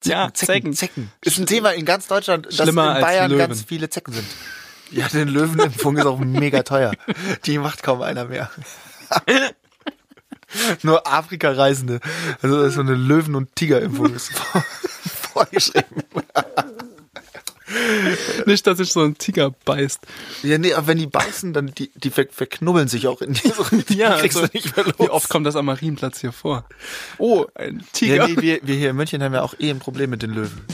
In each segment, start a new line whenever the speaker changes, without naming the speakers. Zecken,
ja, Zecken.
Zecken. Zecken.
Ist ein Thema in ganz Deutschland, dass in
Schlimmer als
Bayern
Löwen.
ganz viele Zecken sind. Ja, denn Löwenimpfung ist auch mega teuer. Die macht kaum einer mehr. Nur Afrika-Reisende. Also das ist so eine Löwen- und Tigerimpfung ist vor- vorgeschrieben.
Nicht, dass ich so einen Tiger beißt.
Ja, nee, aber wenn die beißen, dann die, die ver verknubbeln sich auch in die Suppe. Die
Ja,
kriegst
also,
du nicht mehr los.
Wie oft kommt das am Marienplatz hier vor? Oh, ein Tiger.
Ja, nee, wir, wir hier in München haben ja auch eh ein Problem mit den Löwen.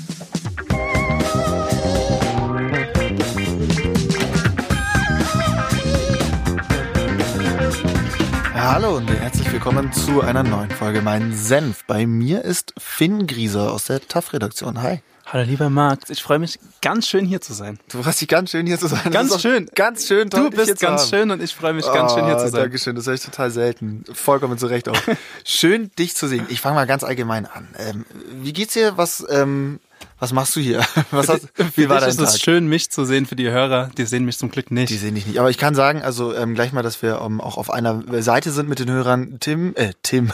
Ja, Hallo und herzlich willkommen zu einer neuen Folge Mein Senf. Bei mir ist Finn Grieser aus der TAF-Redaktion. Hi.
Hallo lieber Marc, ich freue mich ganz schön hier zu sein.
Du hast dich ganz schön hier zu sein. Das
Ganz
ist auch
schön.
Ganz schön. toll,
Du
dich hier
bist
zu
ganz
haben.
schön und ich freue mich ganz schön hier
Ah,
zu sein.
Dankeschön, das höre ich total selten. Vollkommen zu Recht auch. Schön, dich zu sehen. Ich fange mal ganz allgemein an. Ähm, wie geht's dir? Was, ähm, was machst du hier? Was hast, wie
Für
war
dich
dein
ist es
Tag?
schön, mich zu sehen. Für die Hörer, die sehen mich zum Glück nicht.
Die sehen dich nicht. Aber ich kann sagen, also ähm, gleich mal, dass wir ähm, auch auf einer Seite sind mit den Hörern. Tim, äh, Tim.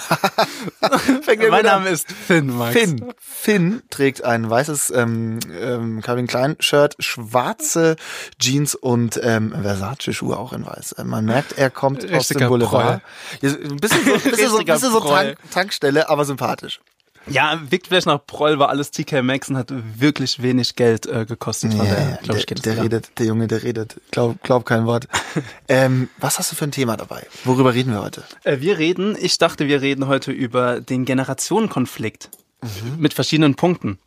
Fängt ja
mein
gut an.
Name ist Finn, Max.
Finn. Finn trägt ein weißes ähm, ähm, Calvin Klein Shirt, schwarze Jeans und ähm, Versace Schuhe auch in weiß. Äh, Man merkt, er kommt aus dem
Richtiger
Boulevard. Ja, so Ein bisschen so, ein bisschen so, ein
Richtiger
bisschen so
Proll.
Tank, Tankstelle, aber sympathisch.
Ja, wirkt vielleicht nach Proll, war alles TK Maxx und hat wirklich wenig Geld äh, gekostet. Von daher, glaub ich,
der,
geht es
der
klar.
redet, der Junge, der redet. Glaub, glaub kein Wort. ähm, was hast du für ein Thema dabei? Worüber reden wir heute?
Äh, Wir reden, ich dachte, wir reden heute über den Generationenkonflikt mit verschiedenen Punkten.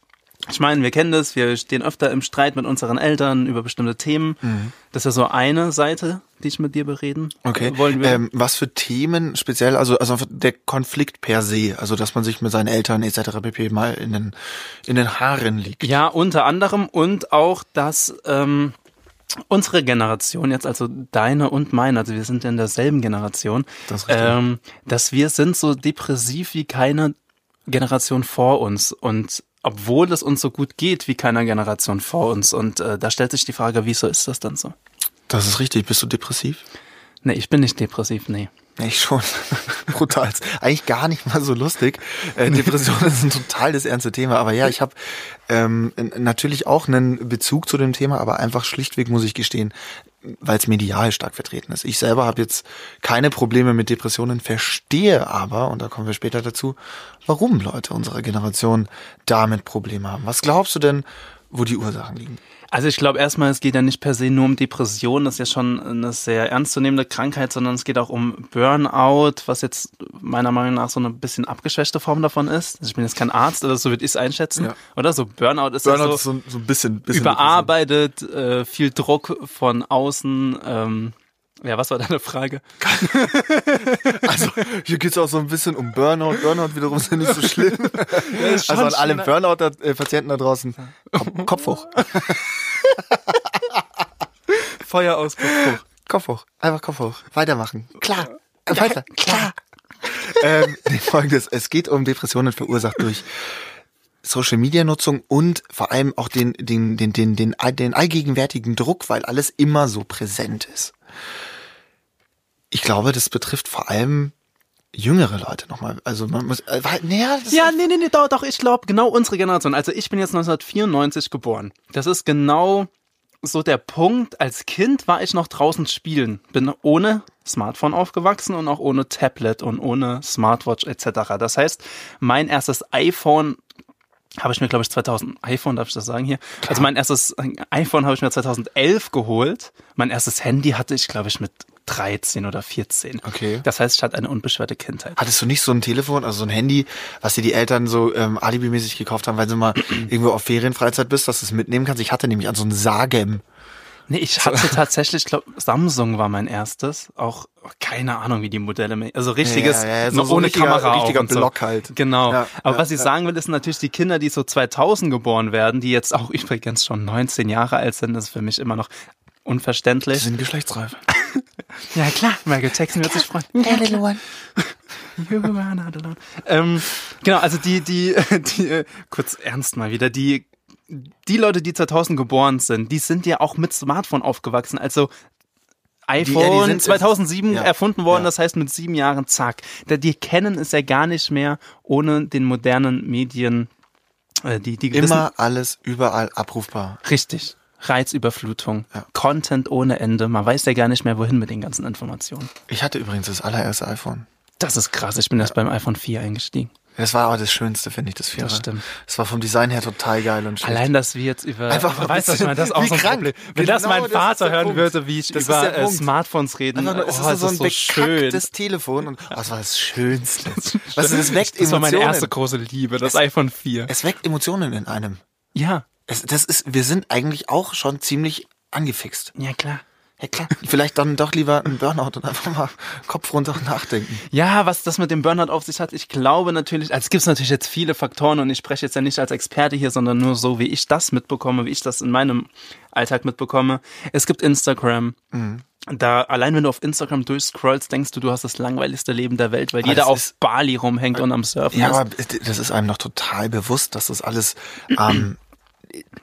Ich meine, wir kennen das, wir stehen öfter im Streit mit unseren Eltern über bestimmte Themen.
Mhm.
Das ist ja so eine Seite, die ich mit dir bereden
Okay.
Äh, wollen wir.
Ähm, was für Themen speziell, also, also der Konflikt per se, also dass man sich mit seinen Eltern etc. pp. mal in den, in den Haaren liegt.
Ja, unter anderem und auch, dass ähm, unsere Generation, jetzt also deine und meine, also wir sind ja in derselben Generation,
Das ist richtig.
ähm, dass wir sind so depressiv wie keine Generation vor uns und obwohl es uns so gut geht wie keiner Generation vor uns und äh, da stellt sich die Frage, wieso ist das dann so?
Das ist richtig. Bist du depressiv?
Nee, ich bin nicht depressiv, nee.
Nee, Ich schon. Brutal. Eigentlich gar nicht mal so lustig. Äh, Depression ist ein total das ernste Thema. Aber ja, ich habe ähm, n- natürlich auch einen Bezug zu dem Thema, aber einfach schlichtweg muss ich gestehen, weil es medial stark vertreten ist. Ich selber habe jetzt keine Probleme mit Depressionen, verstehe aber, und da kommen wir später dazu, warum Leute unserer Generation damit Probleme haben. Was glaubst du denn, wo die Ursachen liegen?
Also ich glaube erstmal, es geht ja nicht per se nur um Depressionen, das ist ja schon eine sehr ernstzunehmende Krankheit, sondern es geht auch um Burnout, was jetzt meiner Meinung nach so eine bisschen abgeschwächte Form davon ist. Also ich bin jetzt kein Arzt, oder so würde ich es einschätzen,
Ja.
oder? So Burnout ist ja so,
ein, so ein bisschen, bisschen
überarbeitet, äh, viel Druck von außen. Ähm, ja, was war deine Frage?
Also hier geht's auch so ein bisschen um Burnout. Burnout wiederum ist ja nicht so schlimm.
ist schon
also an alle
schlimm.
Burnout-Patienten da draußen, Kopf, Kopf hoch.
Feuerausbruch.
Kopf hoch. Einfach Kopf hoch. Weitermachen. Klar. Äh, Weiter. Klar. ähm, nee, Folgendes. Es geht um Depressionen verursacht durch Social Media Nutzung und vor allem auch den, den, den, den, den, all- den allgegenwärtigen Druck, weil alles immer so präsent ist. Ich glaube, das betrifft vor allem jüngere Leute nochmal. Also man muss, äh, weil- naja, das
Ja, nee, nee, nee, doch, doch ich glaube, genau unsere Generation. Also ich bin jetzt 1994 geboren. Das ist genau so der Punkt. Als Kind war ich noch draußen spielen. Bin ohne Smartphone aufgewachsen und auch ohne Tablet und ohne Smartwatch etc. Das heißt, mein erstes iPhone habe ich mir, glaube ich, 2000, iPhone darf ich das sagen hier? Also mein erstes iPhone habe ich mir 2011 geholt. Mein erstes Handy hatte ich, glaube ich, mit 13 oder 14.
Okay.
Das heißt, ich hatte eine unbeschwerte Kindheit.
Hattest du nicht so ein Telefon, also so ein Handy, was dir die Eltern so ähm, alibimäßig gekauft haben, weil du mal
Mhm.
irgendwo auf Ferienfreizeit bist, dass du es mitnehmen kannst? Ich hatte nämlich an so ein Sagem.
Nee, ich hatte tatsächlich, ich glaube, Samsung war mein erstes. Auch oh, keine Ahnung, wie die Modelle, mehr- also richtiges,
Ja, ja, ja, so-
noch
so
ohne
richtiger-
Kamera.
richtiger
auch und so.
Block halt.
Genau.
Ja,
Aber
ja,
was ich sagen will, ist natürlich die Kinder, die so 2000 geboren werden, die jetzt auch übrigens schon 19 Jahre alt sind, das ist für mich immer noch unverständlich.
sind geschlechtsreif.
Ja klar, Michael Jackson wird sich freuen.
Yeah, little one.
You were not alone. ähm, genau, also die, die, die, äh, kurz ernst mal wieder, die, die Leute, die 2000 geboren sind, die sind ja auch mit Smartphone aufgewachsen. Also iPhone
ja, die sind-
2007
ja,
erfunden worden,
ja.
das heißt mit sieben Jahren, zack. Da- Die kennen es ja gar nicht mehr ohne den modernen Medien äh, die, die
Immer alles überall abrufbar.
Richtig. Reizüberflutung,
Ja.
Content ohne Ende. Man weiß ja gar nicht mehr, wohin mit den ganzen Informationen.
Ich hatte übrigens das allererste iPhone.
Das ist krass. Ich bin erst beim iPhone 4 eingestiegen.
Das war aber das Schönste, finde ich, das Vierer.
Das stimmt.
Das war vom Design her total geil und schön.
Allein, dass wir jetzt über.
Einfach mal
weißt du,
ein
was ich meine? Das ist auch
bisschen-
so ein
wie krank.
Problem. Wenn das
Genau
mein
das ist
Vater
der
hören
Punkt.
würde, wie ich
Das ist
über
der
äh,
Punkt.
Smartphones reden. oh,
Einfach nur, es ist so ein bekacktes Telefon und oh, das war das Schönste. Was ist, es weckt
Das war meine erste
Emotionen.
große Liebe, das iPhone 4.
Es weckt Emotionen in einem.
Ja,
Es, das ist, wir sind eigentlich auch schon ziemlich angefixt.
ja klar.
Ja klar. Vielleicht dann doch lieber einen Burnout und einfach mal Kopf runter und nachdenken.
Ja, was das mit dem Burnout auf sich hat, ich glaube natürlich, also es gibt natürlich jetzt viele Faktoren und ich spreche jetzt ja nicht als Experte hier, sondern nur so, wie ich das mitbekomme, wie ich das in meinem Alltag mitbekomme. Es gibt Instagram.
Mhm.
Da, allein wenn du auf Instagram durchscrollst, denkst du, du hast das langweiligste Leben der Welt, weil
Aber
jeder
das
auf
ist-
Bali rumhängt und am Surfen
Ja,
ist.
aber das ist einem doch total bewusst, dass das alles ähm,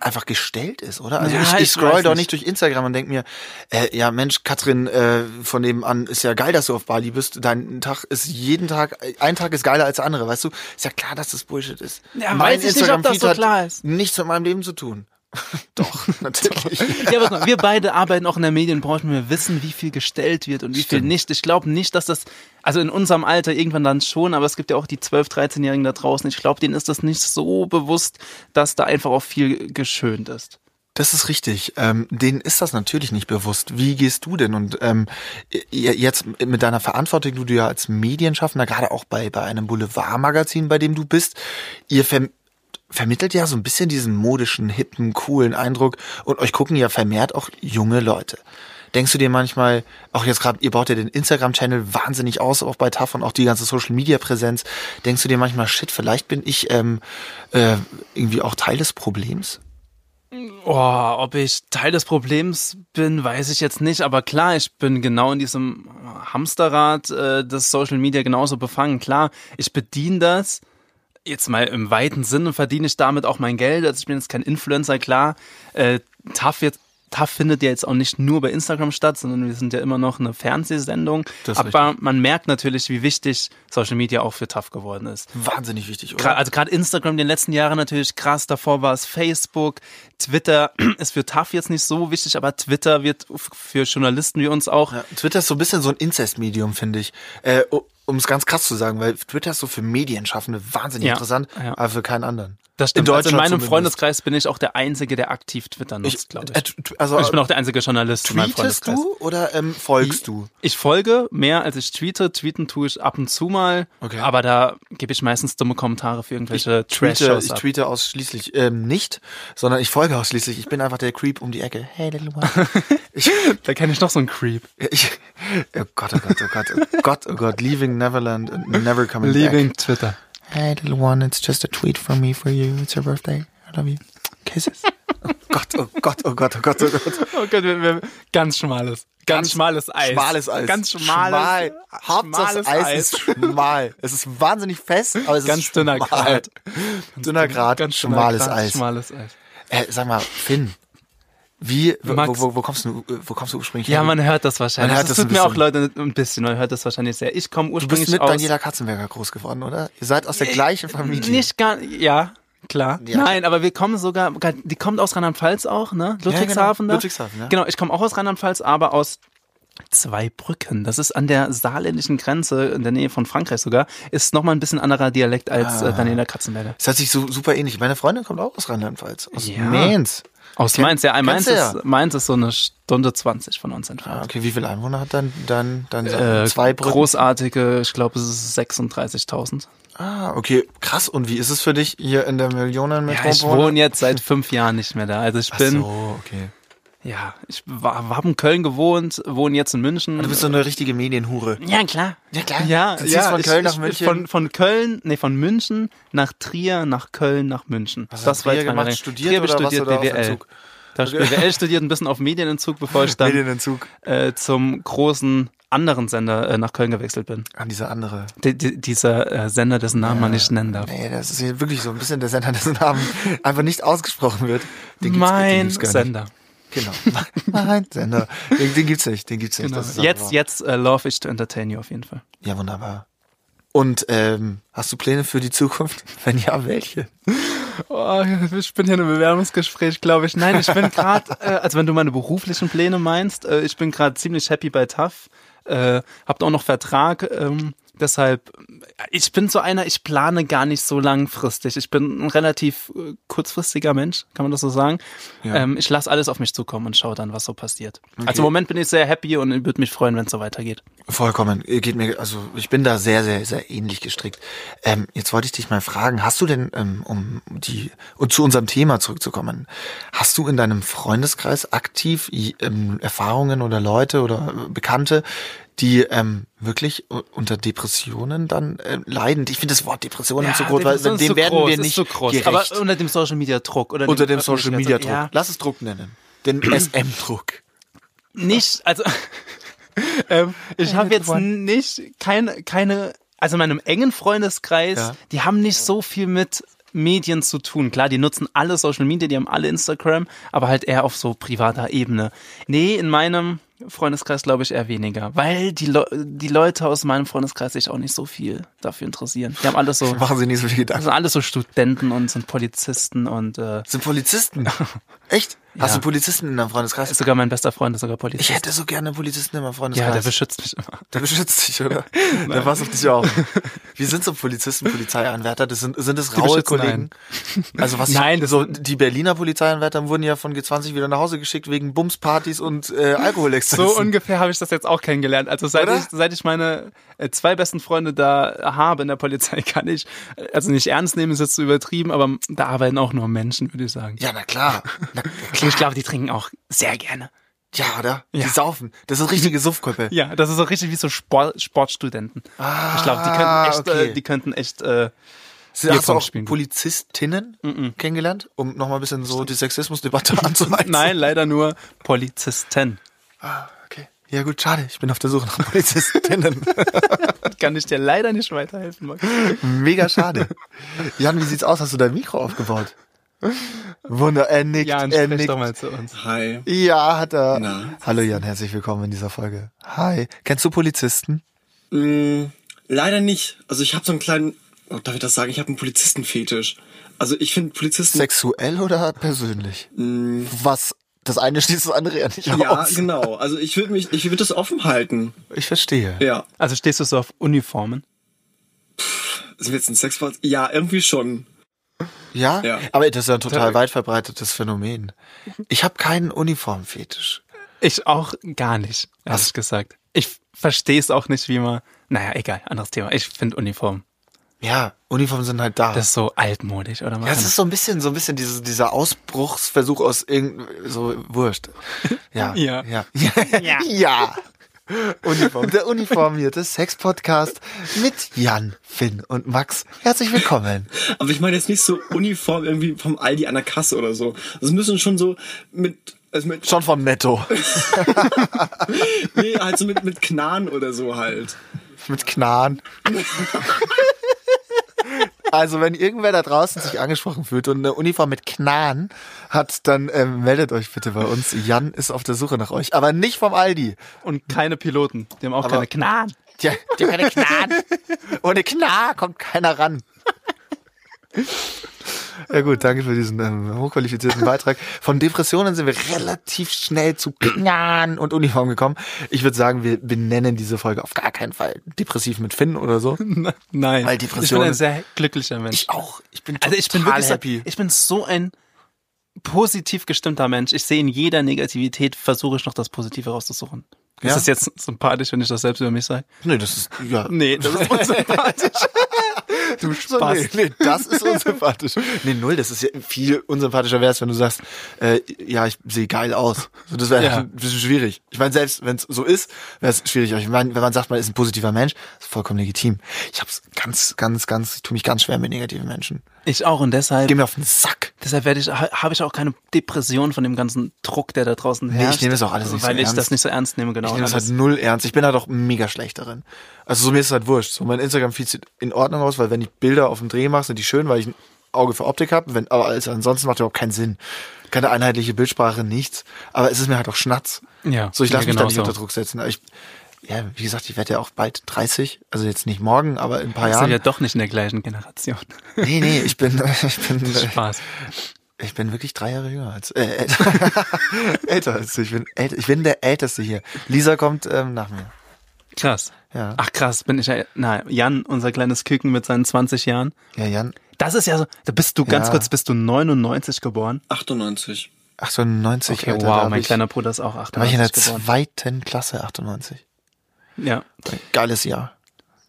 einfach gestellt ist, oder? Also
Ja,
ich, ich
ich
scroll
weiß
doch
nicht.
nicht durch Instagram und denk mir, äh, ja Mensch, Katrin, äh, von nebenan ist ja geil, dass du auf Bali bist. Dein Tag ist jeden Tag, ein Tag ist geiler als der andere, weißt du? Ist ja klar, dass das Bullshit ist.
Ja, weiß ich nicht, ob das
Instagram-Feed
so
hat
klar ist.
Nichts mit meinem Leben zu tun. doch, natürlich.
Ja, pass mal, wir beide arbeiten auch in der Medienbranche und wir wissen, wie viel gestellt wird und wie viel nicht. Ich glaube nicht, dass das, also in unserem Alter irgendwann dann schon, aber es gibt ja auch die 12-, 13-Jährigen da draußen. Ich glaube, denen ist das nicht so bewusst, dass da einfach auch viel geschönt ist.
Das ist richtig. Ähm, denen ist das natürlich nicht bewusst. Wie gehst du denn? Und ähm, j- jetzt mit deiner Verantwortung, die du ja als Medienschaffender, gerade auch bei, bei einem Boulevardmagazin, bei dem du bist, ihr ver vermittelt ja so ein bisschen diesen modischen, hippen, coolen Eindruck und euch gucken ja vermehrt auch junge Leute. Denkst du dir manchmal, auch jetzt gerade, ihr baut ja den Instagram-Channel wahnsinnig aus, auch bei TAF und auch die ganze Social-Media-Präsenz. Denkst du dir manchmal, shit, vielleicht bin ich ähm, äh, irgendwie auch Teil des Problems?
Oh, ob ich Teil des Problems bin, weiß ich jetzt nicht. Aber klar, ich bin genau in diesem Hamsterrad äh, des Social Media genauso befangen. Klar, ich bediene das. Jetzt mal im weiten Sinne verdiene ich damit auch mein Geld. Also ich bin jetzt kein Influencer, klar. Äh, TAF jetzt. TAF findet ja jetzt auch nicht nur bei Instagram statt, sondern wir sind ja immer noch eine Fernsehsendung.
Das ist
Aber man merkt natürlich, wie wichtig Social Media auch für TAF geworden ist.
Wahnsinnig wichtig, oder?
Gra- also gerade Instagram in den letzten Jahren natürlich krass, davor war es Facebook, Twitter ist für TAF jetzt nicht so wichtig, aber Twitter wird f- für Journalisten wie uns auch.
Ja, Twitter ist so ein bisschen so ein Inzestmedium, finde ich. Äh, um es ganz krass zu sagen, weil Twitter ist so für Medienschaffende wahnsinnig
Ja,
interessant,
ja.
aber für keinen anderen.
Das stimmt. also in meinem
zumindest.
Freundeskreis bin ich auch der Einzige, der aktiv Twitter nutzt, glaube
Äh,
ich.
t- also,
Ich bin auch der einzige Journalist in meinem
tweetest
Freundeskreis.
du oder ähm, folgst du?
Ich folge mehr, als ich tweete. Tweeten tue ich ab und zu mal,
Okay.
aber da gebe ich meistens dumme Kommentare für irgendwelche
Tweete,
Trash-Shows
ich
ab.
tweete ausschließlich ähm, nicht, sondern ich folge ausschließlich. Ich bin einfach der Creep um die Ecke. Hey, little one. ich,
Da kenne ich noch so einen Creep.
ich, oh Gott, oh Gott, oh Gott, oh Gott, oh Gott. Leaving Neverland and never coming back.
Twitter.
Hey, little one, it's just a tweet from me for you. It's your birthday. I love you. Kisses. Oh Gott, oh Gott, oh Gott, oh Gott, oh Gott.
Oh Gott, wir, wir, ganz schmales. Ganz, schmales Eis.
Schmales Eis.
Ganz schmales,
Schmal. Hauptsache das
schmales
Eis ist schmal. Es ist wahnsinnig fest, aber es
Ganz
ist
dünner
schmal.
Grat.
Dünner Grad,
Ganz
schmales
Grad,
Eis.
Schmales Eis.
Äh, sag mal, Finn, wie, wo,
Max.
wo, wo kommst du, äh, wo kommst du ursprünglich
Ja,
her?
man hört das wahrscheinlich.
Man hört
das
das
tut
ein
mir auch
bisschen.
Leute ein bisschen, man hört das wahrscheinlich sehr. Ich komme
Du bist
ursprünglich
mit
aus Äh,
Daniela Katzenberger groß geworden, oder? Ihr seid aus der gleichen Familie.
nicht gar ja, klar.
Ja.
Nein, aber wir kommen sogar die kommt aus Rheinland-Pfalz auch, ne? Ludwigshafen da.
Ludwigshafen, ja.
Genau, ich komme auch aus Rheinland-Pfalz, aber aus Zweibrücken. Das ist an der saarländischen Grenze in der Nähe von Frankreich sogar. Ist noch mal ein bisschen anderer Dialekt
Ah.
als äh, Daniela Katzenberger.
Das hört sich so super ähnlich. Meine Freundin kommt auch aus Rheinland-Pfalz, aus
Ja.
Mainz.
Aus
Kenn-
Mainz, ja. Mainz,
kennst du ja.
Ist, Mainz ist so eine Stunde 20 von uns
Ah,
entfernt.
okay, wie viele Einwohner hat dann, dann, dann
Äh,
zwei Brücken?
Großartige, ich glaube, es ist 36.000.
Ah, okay, krass. Und wie ist es für dich hier in der
Ja,
Millionenmetropole?
ich wohne jetzt seit fünf Jahren nicht mehr da. Also ich
Ach
bin,
so, okay.
ja, ich war, war in Köln gewohnt, wohne jetzt in München.
Ah, Du bist so eine richtige Medienhure.
ja, klar.
Ja, klar.
Ja,
Du ziehst
ja,
von
ich-
Köln nach
ich-
München.
Von, von Köln, nee, von München nach Trier, nach Köln, nach München.
hast du in
das war
Trier
jetzt mein
gemacht?
Werdegang.
Studiert
Trier hab ich
oder warst du
studiert
da auf
BWL.
Entzug?
Da hab ich BWL studiert, ein bisschen auf Medienentzug, bevor ich dann
Medienentzug.
äh, zum großen anderen Sender äh, nach Köln gewechselt bin.
An diese andere.
D d- dieser äh, Sender, dessen Namen man nicht nennen darf.
Nee, das ist hier wirklich so ein bisschen der Sender, dessen Namen einfach nicht ausgesprochen wird. Den gibt's- den
mein
gibt's gar nicht.
Sender.
Genau. Mein Sender. Den, den gibt's nicht. Den gibt's nicht.
Genau.
Das ist aber wahr.
Jetzt, jetzt äh, love ich to entertain you auf jeden Fall.
Ja, wunderbar. Und ähm, hast du Pläne für die Zukunft? Wenn ja, welche?
Oh, ich bin hier in einem Bewerbungsgespräch, glaube ich. Nein, ich bin gerade, äh, also wenn du meine beruflichen Pläne meinst, äh, ich bin gerade ziemlich happy bei TAF, äh, hab auch noch Vertrag, ähm, deshalb, äh, ich bin so einer, ich plane gar nicht so langfristig. Ich bin ein relativ äh, kurzfristiger Mensch, kann man das so sagen.
Ja.
Ähm, ich lasse alles auf mich zukommen und schaue dann, was so passiert. Also im Moment bin ich sehr happy und würde mich freuen, wenn es so weitergeht.
Vollkommen. Geht mir, also ich bin da sehr, sehr, sehr ähnlich gestrickt. Ähm, jetzt wollte ich dich mal fragen, hast du denn, ähm, um die, und zu unserem Thema zurückzukommen, hast du in deinem Freundeskreis aktiv i- ähm, Erfahrungen oder Leute oder äh, Bekannte, die ähm, wirklich u- unter Depressionen dann ähm, leiden? Ich finde das Wort Depressionen zu groß, weil
Depression
dem
ist zu
werden
groß,
wir
ist
nicht
zu groß.
gerecht.
Aber unter dem Social Media Druck oder
unter dem Social
öffentlichen-
Media Druck.
Ja.
Lass es Druck nennen. Den SM-Druck.
nicht, also ähm, ich habe jetzt
Freunde.
nicht keine keine, also in meinem engen Freundeskreis,
Ja.
die haben nicht so viel mit Medien zu tun. Klar, die nutzen alle Social Media, die haben alle Instagram, aber halt eher auf so privater Ebene. Nee, in meinem Freundeskreis glaube ich eher weniger, weil die, Leu- die Leute aus meinem Freundeskreis sich auch nicht so viel dafür interessieren. Die haben alles so,
Machen Sie nicht so viel
das
Gedanken.
sind alles so Studenten und sind Polizisten und äh,
Das sind Polizisten. Echt? Hast
Ja.
du Polizisten in deinem Freundeskreis?
sogar mein bester Freund ist sogar Polizist.
Ich hätte so gerne einen Polizisten in meinem Freundeskreis.
ja, der beschützt mich immer.
Der beschützt dich, oder? Der passt auf dich auf. Wir sind so Polizisten, Polizeianwärter. Das sind, sind es raue
beschützen
Kollegen. Also was?
Nein,
ich,
das-
so die Berliner Polizeianwärter wurden ja von G20 wieder nach Hause geschickt wegen Bumspartys und äh, Alkoholexzessen.
So ungefähr habe ich das jetzt auch kennengelernt. Also seit
Oder?
ich, seit ich meine äh, zwei besten Freunde da habe in der Polizei, kann ich, äh, also nicht ernst nehmen, ist jetzt zu übertrieben, aber m- da arbeiten auch nur Menschen, würde ich sagen.
ja, na klar. Na,
Ich glaube, die trinken auch sehr gerne.
ja, oder? Die
Ja.
saufen. Das sind richtige Suffköppe.
Ja, das ist so richtig wie so Sport, Sportstudenten.
Ah,
ich glaube, die könnten echt,
okay.
äh, die könnten echt, äh,
Sind- Hast du
Bierpong
auch
spielen.
Polizistinnen kennengelernt, um nochmal ein bisschen so die Sexismusdebatte anzuheizen?
nein, leider nur Polizisten.
Ah, okay. Ja gut, schade. Ich bin auf der Suche nach Polizistinnen.
Kann ich dir leider nicht weiterhelfen, Max.
Mega schade. Jan, wie sieht's aus? Hast du dein Mikro aufgebaut? Wunder, er nickt,
Jan,
er
sprich
nickt.
doch mal zu uns.
Hi.
Ja, hat er.
Na?
Hallo Jan, herzlich willkommen in dieser Folge. Hi. Kennst du Polizisten?
Mm, leider nicht. Also ich habe so einen kleinen, oh, darf ich das sagen? Ich habe einen Polizistenfetisch. Also ich finde Polizisten.
Sexuell oder persönlich?
Mm,
Was? Das eine schließt das andere ja nicht
ja,
aus.
genau. Also ich würde mich, ich würde das offen halten.
Ich verstehe.
Ja.
Also stehst du so auf Uniformen?
Sind wir jetzt ein Sexpart? Ja, irgendwie schon.
Ja?
Ja.
Aber das ist ja ein total
Verrückt.
weit verbreitetes Phänomen. Ich habe keinen Uniformfetisch.
Ich auch gar nicht, ehrlich gesagt. Ich verstehe es auch nicht, wie man. Naja, egal, anderes Thema. Ich finde Uniform.
Ja, Uniformen sind halt da.
Das ist so altmodisch, oder? Man
Ja,
kann-
es ist so ein bisschen, so ein bisschen dieses, dieser Ausbruchsversuch aus irgend so Wurscht. Ja.
Ja.
Ja. Ja. Uniform, der uniformierte Sex-Podcast mit Jan, Finn und Max. Herzlich willkommen.
Aber ich meine jetzt nicht so uniform irgendwie vom Aldi an der Kasse oder so. Also es müssen schon so mit, also mit,
Schon vom Netto.
nee, halt so mit, mit Knarren oder so halt.
Mit Knarren. Also, wenn irgendwer da draußen sich angesprochen fühlt und eine Uniform mit Knarren hat, dann ähm, meldet euch bitte bei uns. Jan ist auf der Suche nach euch, aber nicht vom Aldi.
Und keine Piloten. Die haben auch
Aber-
keine Knarren.
Ja, die haben keine Knarren. Ohne Knarr kommt keiner ran. Ja gut, danke für diesen ähm, hochqualifizierten Beitrag. Von Depressionen sind wir relativ schnell zu Knarren und Uniform gekommen. Ich würde sagen, wir benennen diese Folge auf gar keinen Fall depressiv mit Finn oder so.
Nein.
Weil
ich bin
Depressionen-
ein sehr glücklicher Mensch.
Ich auch. Ich bin
also ich bin wirklich so-
happy.
Ich bin so ein positiv gestimmter Mensch. Ich sehe in jeder Negativität, versuche ich noch das Positive rauszusuchen.
Ja?
Ist das jetzt sympathisch, wenn ich das selbst über mich sage?
Nee, das ist ja.
Nee, das ist unsympathisch.
Du
Spaß.
Nee, nee, das ist unsympathisch. Nee, null, das ist ja viel unsympathischer wär's, wenn du sagst, äh, ja, ich sehe geil aus. So, das wäre
Ja.
ein bisschen schwierig. Ich meine, selbst wenn es so ist, wäre es schwierig. Aber ich meine, wenn man sagt, man ist ein positiver Mensch, ist vollkommen legitim. Ich hab's ganz, ganz, ganz, ich tue mich ganz schwer mit negativen Menschen.
ich auch und deshalb.
Geh mir auf den Sack.
Deshalb werde ich, ha- habe ich auch keine Depression von dem ganzen Druck, der da draußen herrscht.
ich nehme das auch alles nicht so
Weil ich
ernst.
das nicht so ernst nehme, genau.
Ich nehme das halt
Alles-
null ernst. Ich bin halt auch mega schlecht darin. Also so mir ist es halt wurscht. So mein Instagram-Feed sieht in Ordnung aus, weil wenn ich Bilder auf dem Dreh mache, sind die schön, weil ich ein Auge für Optik habe. Wenn, aber also ansonsten macht überhaupt keinen Sinn. Keine einheitliche Bildsprache, nichts. Aber es ist mir halt auch Schnatz.
Ja, genau
So, ich lasse
mir
mich da nicht
genauso.
unter Druck setzen. Ich, ja, wie gesagt, ich werde ja auch bald 30, also jetzt nicht morgen, aber in ein paar
Wir sind ja
Jahren.
doch nicht in der gleichen Generation.
Nee, nee, ich bin, ich bin,
Spaß.
ich bin wirklich drei Jahre jünger als, äh, älter, älter als du. Ich bin, älter, ich bin der Älteste hier. Lisa kommt ähm, nach mir.
Krass.
Ja.
Ach krass, bin ich ja. Na, Jan, unser kleines Küken mit seinen 20 Jahren.
Ja, Jan.
Das ist ja so. Da bist du ganz
Ja.
kurz, bist du 99 geboren?
98.
Ach so, 90.
Okay,
Alter, da
wow,
hab
mein
ich,
kleiner Bruder ist auch
Da war ich in
98
der
geboren.
zweiten Klasse, 98.
Ja.
Geiles Jahr.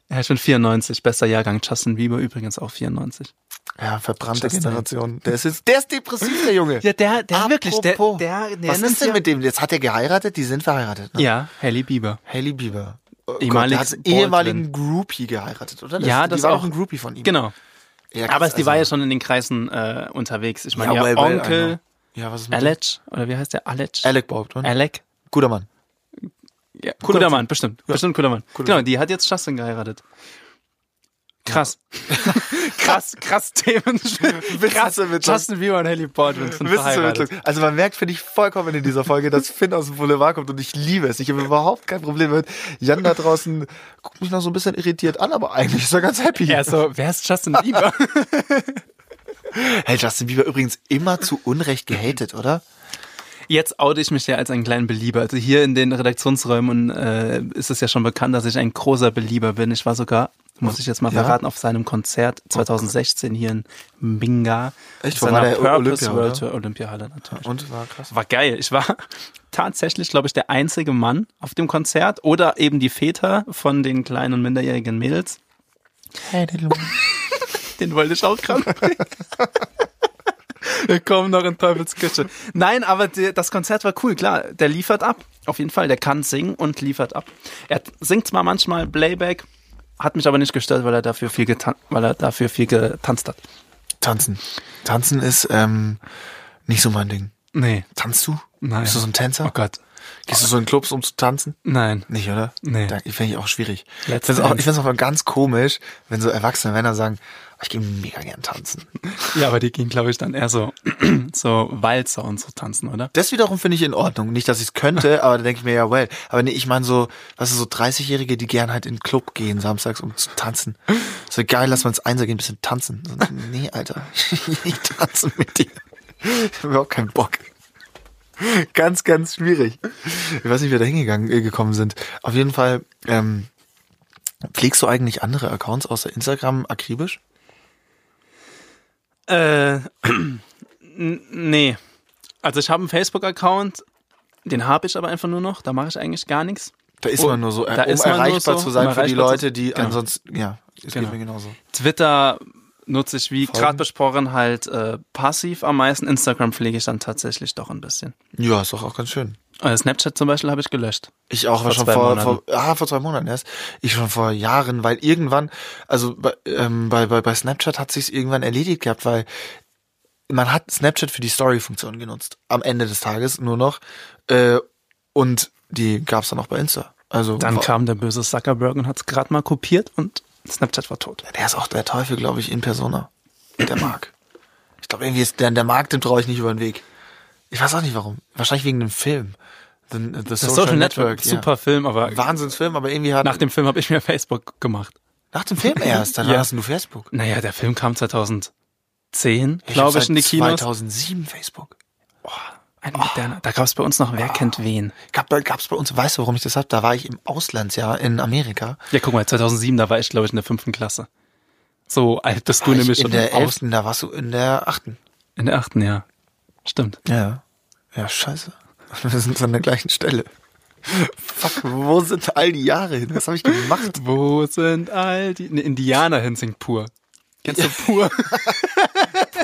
ja, ich bin 94, bester Jahrgang. Justin Bieber übrigens auch 94.
Ja, verbrannte
Justin.
Generation. Der ist jetzt, der ist depressiv, der Junge.
Ja, der, der wirklich, der,
Apropos,
der, der
was
nennt
ist denn
ja-
mit dem? Jetzt hat er geheiratet, die sind verheiratet. Ne?
Ja, Haley Bieber.
Hailey Bieber. Oh
Ehemaliges
der hat einen
Baldwin.
ehemaligen Groupie geheiratet, oder?
Ja,
die
das
war
auch.
ein Groupie von ihm.
Genau.
Ja, krass,
Aber es, die war ja
also-
schon in den Kreisen äh, unterwegs. Ich
Ja,
meine,
well,
ihr
well, I
Onkel
know. Ja, was ist mit dem?
Alec, oder wie heißt der? Alec?
Alec Baldwin.
Alec?
Guter Mann.
Ja, cooler,
Typ.
Mann, bestimmt. Bestimmt cooler Mann. genau, die hat jetzt Justin geheiratet. Krass. krass, krass Themen. krass,
Wissensermittlung.
Justin Bieber und Haley Baldwin sind verheiratet.
Wissensermittlung. Also man merkt, finde ich, vollkommen in dieser Folge, dass Finn aus dem Boulevard kommt und ich liebe es. Ich habe überhaupt kein Problem mit Jan da draußen. Guckt mich noch so ein bisschen irritiert an, aber eigentlich ist er ganz happy.
Ja, so, wer ist Justin Bieber?
Hey, Justin Bieber übrigens immer zu Unrecht gehatet, oder?
Jetzt oute ich mich ja als einen kleinen Belieber. Also hier in den Redaktionsräumen äh, ist es ja schon bekannt, dass ich ein großer Belieber bin. Ich war sogar, muss ich jetzt mal
Ja?
verraten, auf seinem Konzert 2016 hier in Minga.
Echt?
Auf
Wo war
seiner
der?
Purpose
Olympia,
World
oder?
Tour Olympiahalle natürlich.
Und war krass.
War geil. Ich war tatsächlich, glaube ich, der einzige Mann auf dem Konzert oder eben die Väter von den kleinen und minderjährigen Mädels. Den wollte ich auch gerade bringen. Wir kommen noch in Teufels Küche. Nein, aber die, das Konzert war cool, klar. Der liefert ab. Auf jeden Fall. Der kann singen und liefert ab. Er singt zwar manchmal Playback, hat mich aber nicht gestört, weil er dafür viel, getan weil er dafür viel getanzt hat.
Tanzen. Tanzen ist ähm, nicht so mein Ding.
Nee.
Tanzt du?
Nein.
Bist du so ein Tänzer?
Oh Gott.
Gehst du so in Clubs, um zu tanzen?
Nein.
Nicht, oder?
Nee.
Da, ich finde ich auch schwierig. Ich
Letzte
finde es auch,
Tanz.
ich find's auch mal ganz komisch, wenn so erwachsene Männer sagen, "Oh, ich gehe mega gern tanzen.
Ja, aber die gehen, glaube ich, dann eher so, so Walzer und so tanzen, oder?
Das wiederum finde ich in Ordnung. Nicht, dass ich es könnte, aber da denke ich mir, ja, well. Aber nee, ich meine so, was ist so 30-Jährige, die gern halt in den Club gehen samstags, um zu tanzen. So geil, lass mal ins Einser gehen, ein bisschen tanzen. So, nee, Alter, ich tanze mit dir. Ich habe überhaupt keinen Bock. Ganz, ganz schwierig. Ich weiß nicht, wie wir da hingegangen äh, gekommen sind. Auf jeden Fall, ähm, pflegst du eigentlich andere Accounts außer Instagram akribisch?
Äh, n- nee. Also ich habe einen Facebook-Account, den habe ich aber einfach nur noch, da mache ich eigentlich gar nichts.
Da ist
Oh,
man nur so, äh,
da
um
ist man nur
erreichbar
so,
zu sein
um
für die
erreichbar zu-
Leute, die
Genau.
ansonsten, ja, es
Genau.
geht mir genauso.
Twitter nutze ich, wie
Folgen?
gerade besprochen, halt äh, passiv am meisten. Instagram pflege ich dann tatsächlich doch ein bisschen.
Ja, ist doch auch ganz schön.
Äh, Snapchat zum Beispiel habe ich gelöscht.
Ich auch
Vor
schon
zwei
vor, vor,
Monaten.
ah, vor zwei Monaten erst. Ich schon vor Jahren, weil irgendwann, also bei, ähm, bei, bei, bei Snapchat hat sich's irgendwann erledigt gehabt, weil man hat Snapchat für die Story-Funktion genutzt. Am Ende des Tages nur noch. Äh, und die gab's dann auch bei Insta. Also
Dann
war-
kam der böse Zuckerberg und hat es gerade mal kopiert und Snapchat war tot.
der ist auch der Teufel, glaube ich, in Persona. Der Mark. Ich glaube, irgendwie ist der, der Mark, dem traue ich nicht über den Weg. Ich weiß auch nicht warum. Wahrscheinlich wegen dem Film. The, the Social, Network.
super Film, aber
Ja. Wahnsinnsfilm, aber irgendwie hat
nach dem Film habe ich mir Facebook gemacht.
Nach dem Film erst, dann
Ja.
hast du Facebook.
Naja, der Film kam 2010,
Ich
glaube
hab
ich, in die
seit
Kinos.
2007 Facebook.
Ein moderner. Da gab es bei uns noch Wer kennt wen.
Gab, gab's bei uns, weißt du, warum ich das hab? Da war ich im Auslandsjahr in Amerika.
Ja, guck mal, 2007, da war ich, glaube ich, in der fünften Klasse. So alt bist du
War ich
nämlich
in
schon.
der
aus-
elften, da warst du in der achten.
In der achten, ja. Stimmt.
Ja. Ja, scheiße. Wir sind an der gleichen Stelle. Fuck, wo sind all die Jahre hin? Was habe ich gemacht?
Wo sind all die... Ne, Indianer hin singt pur. Kennst du pur?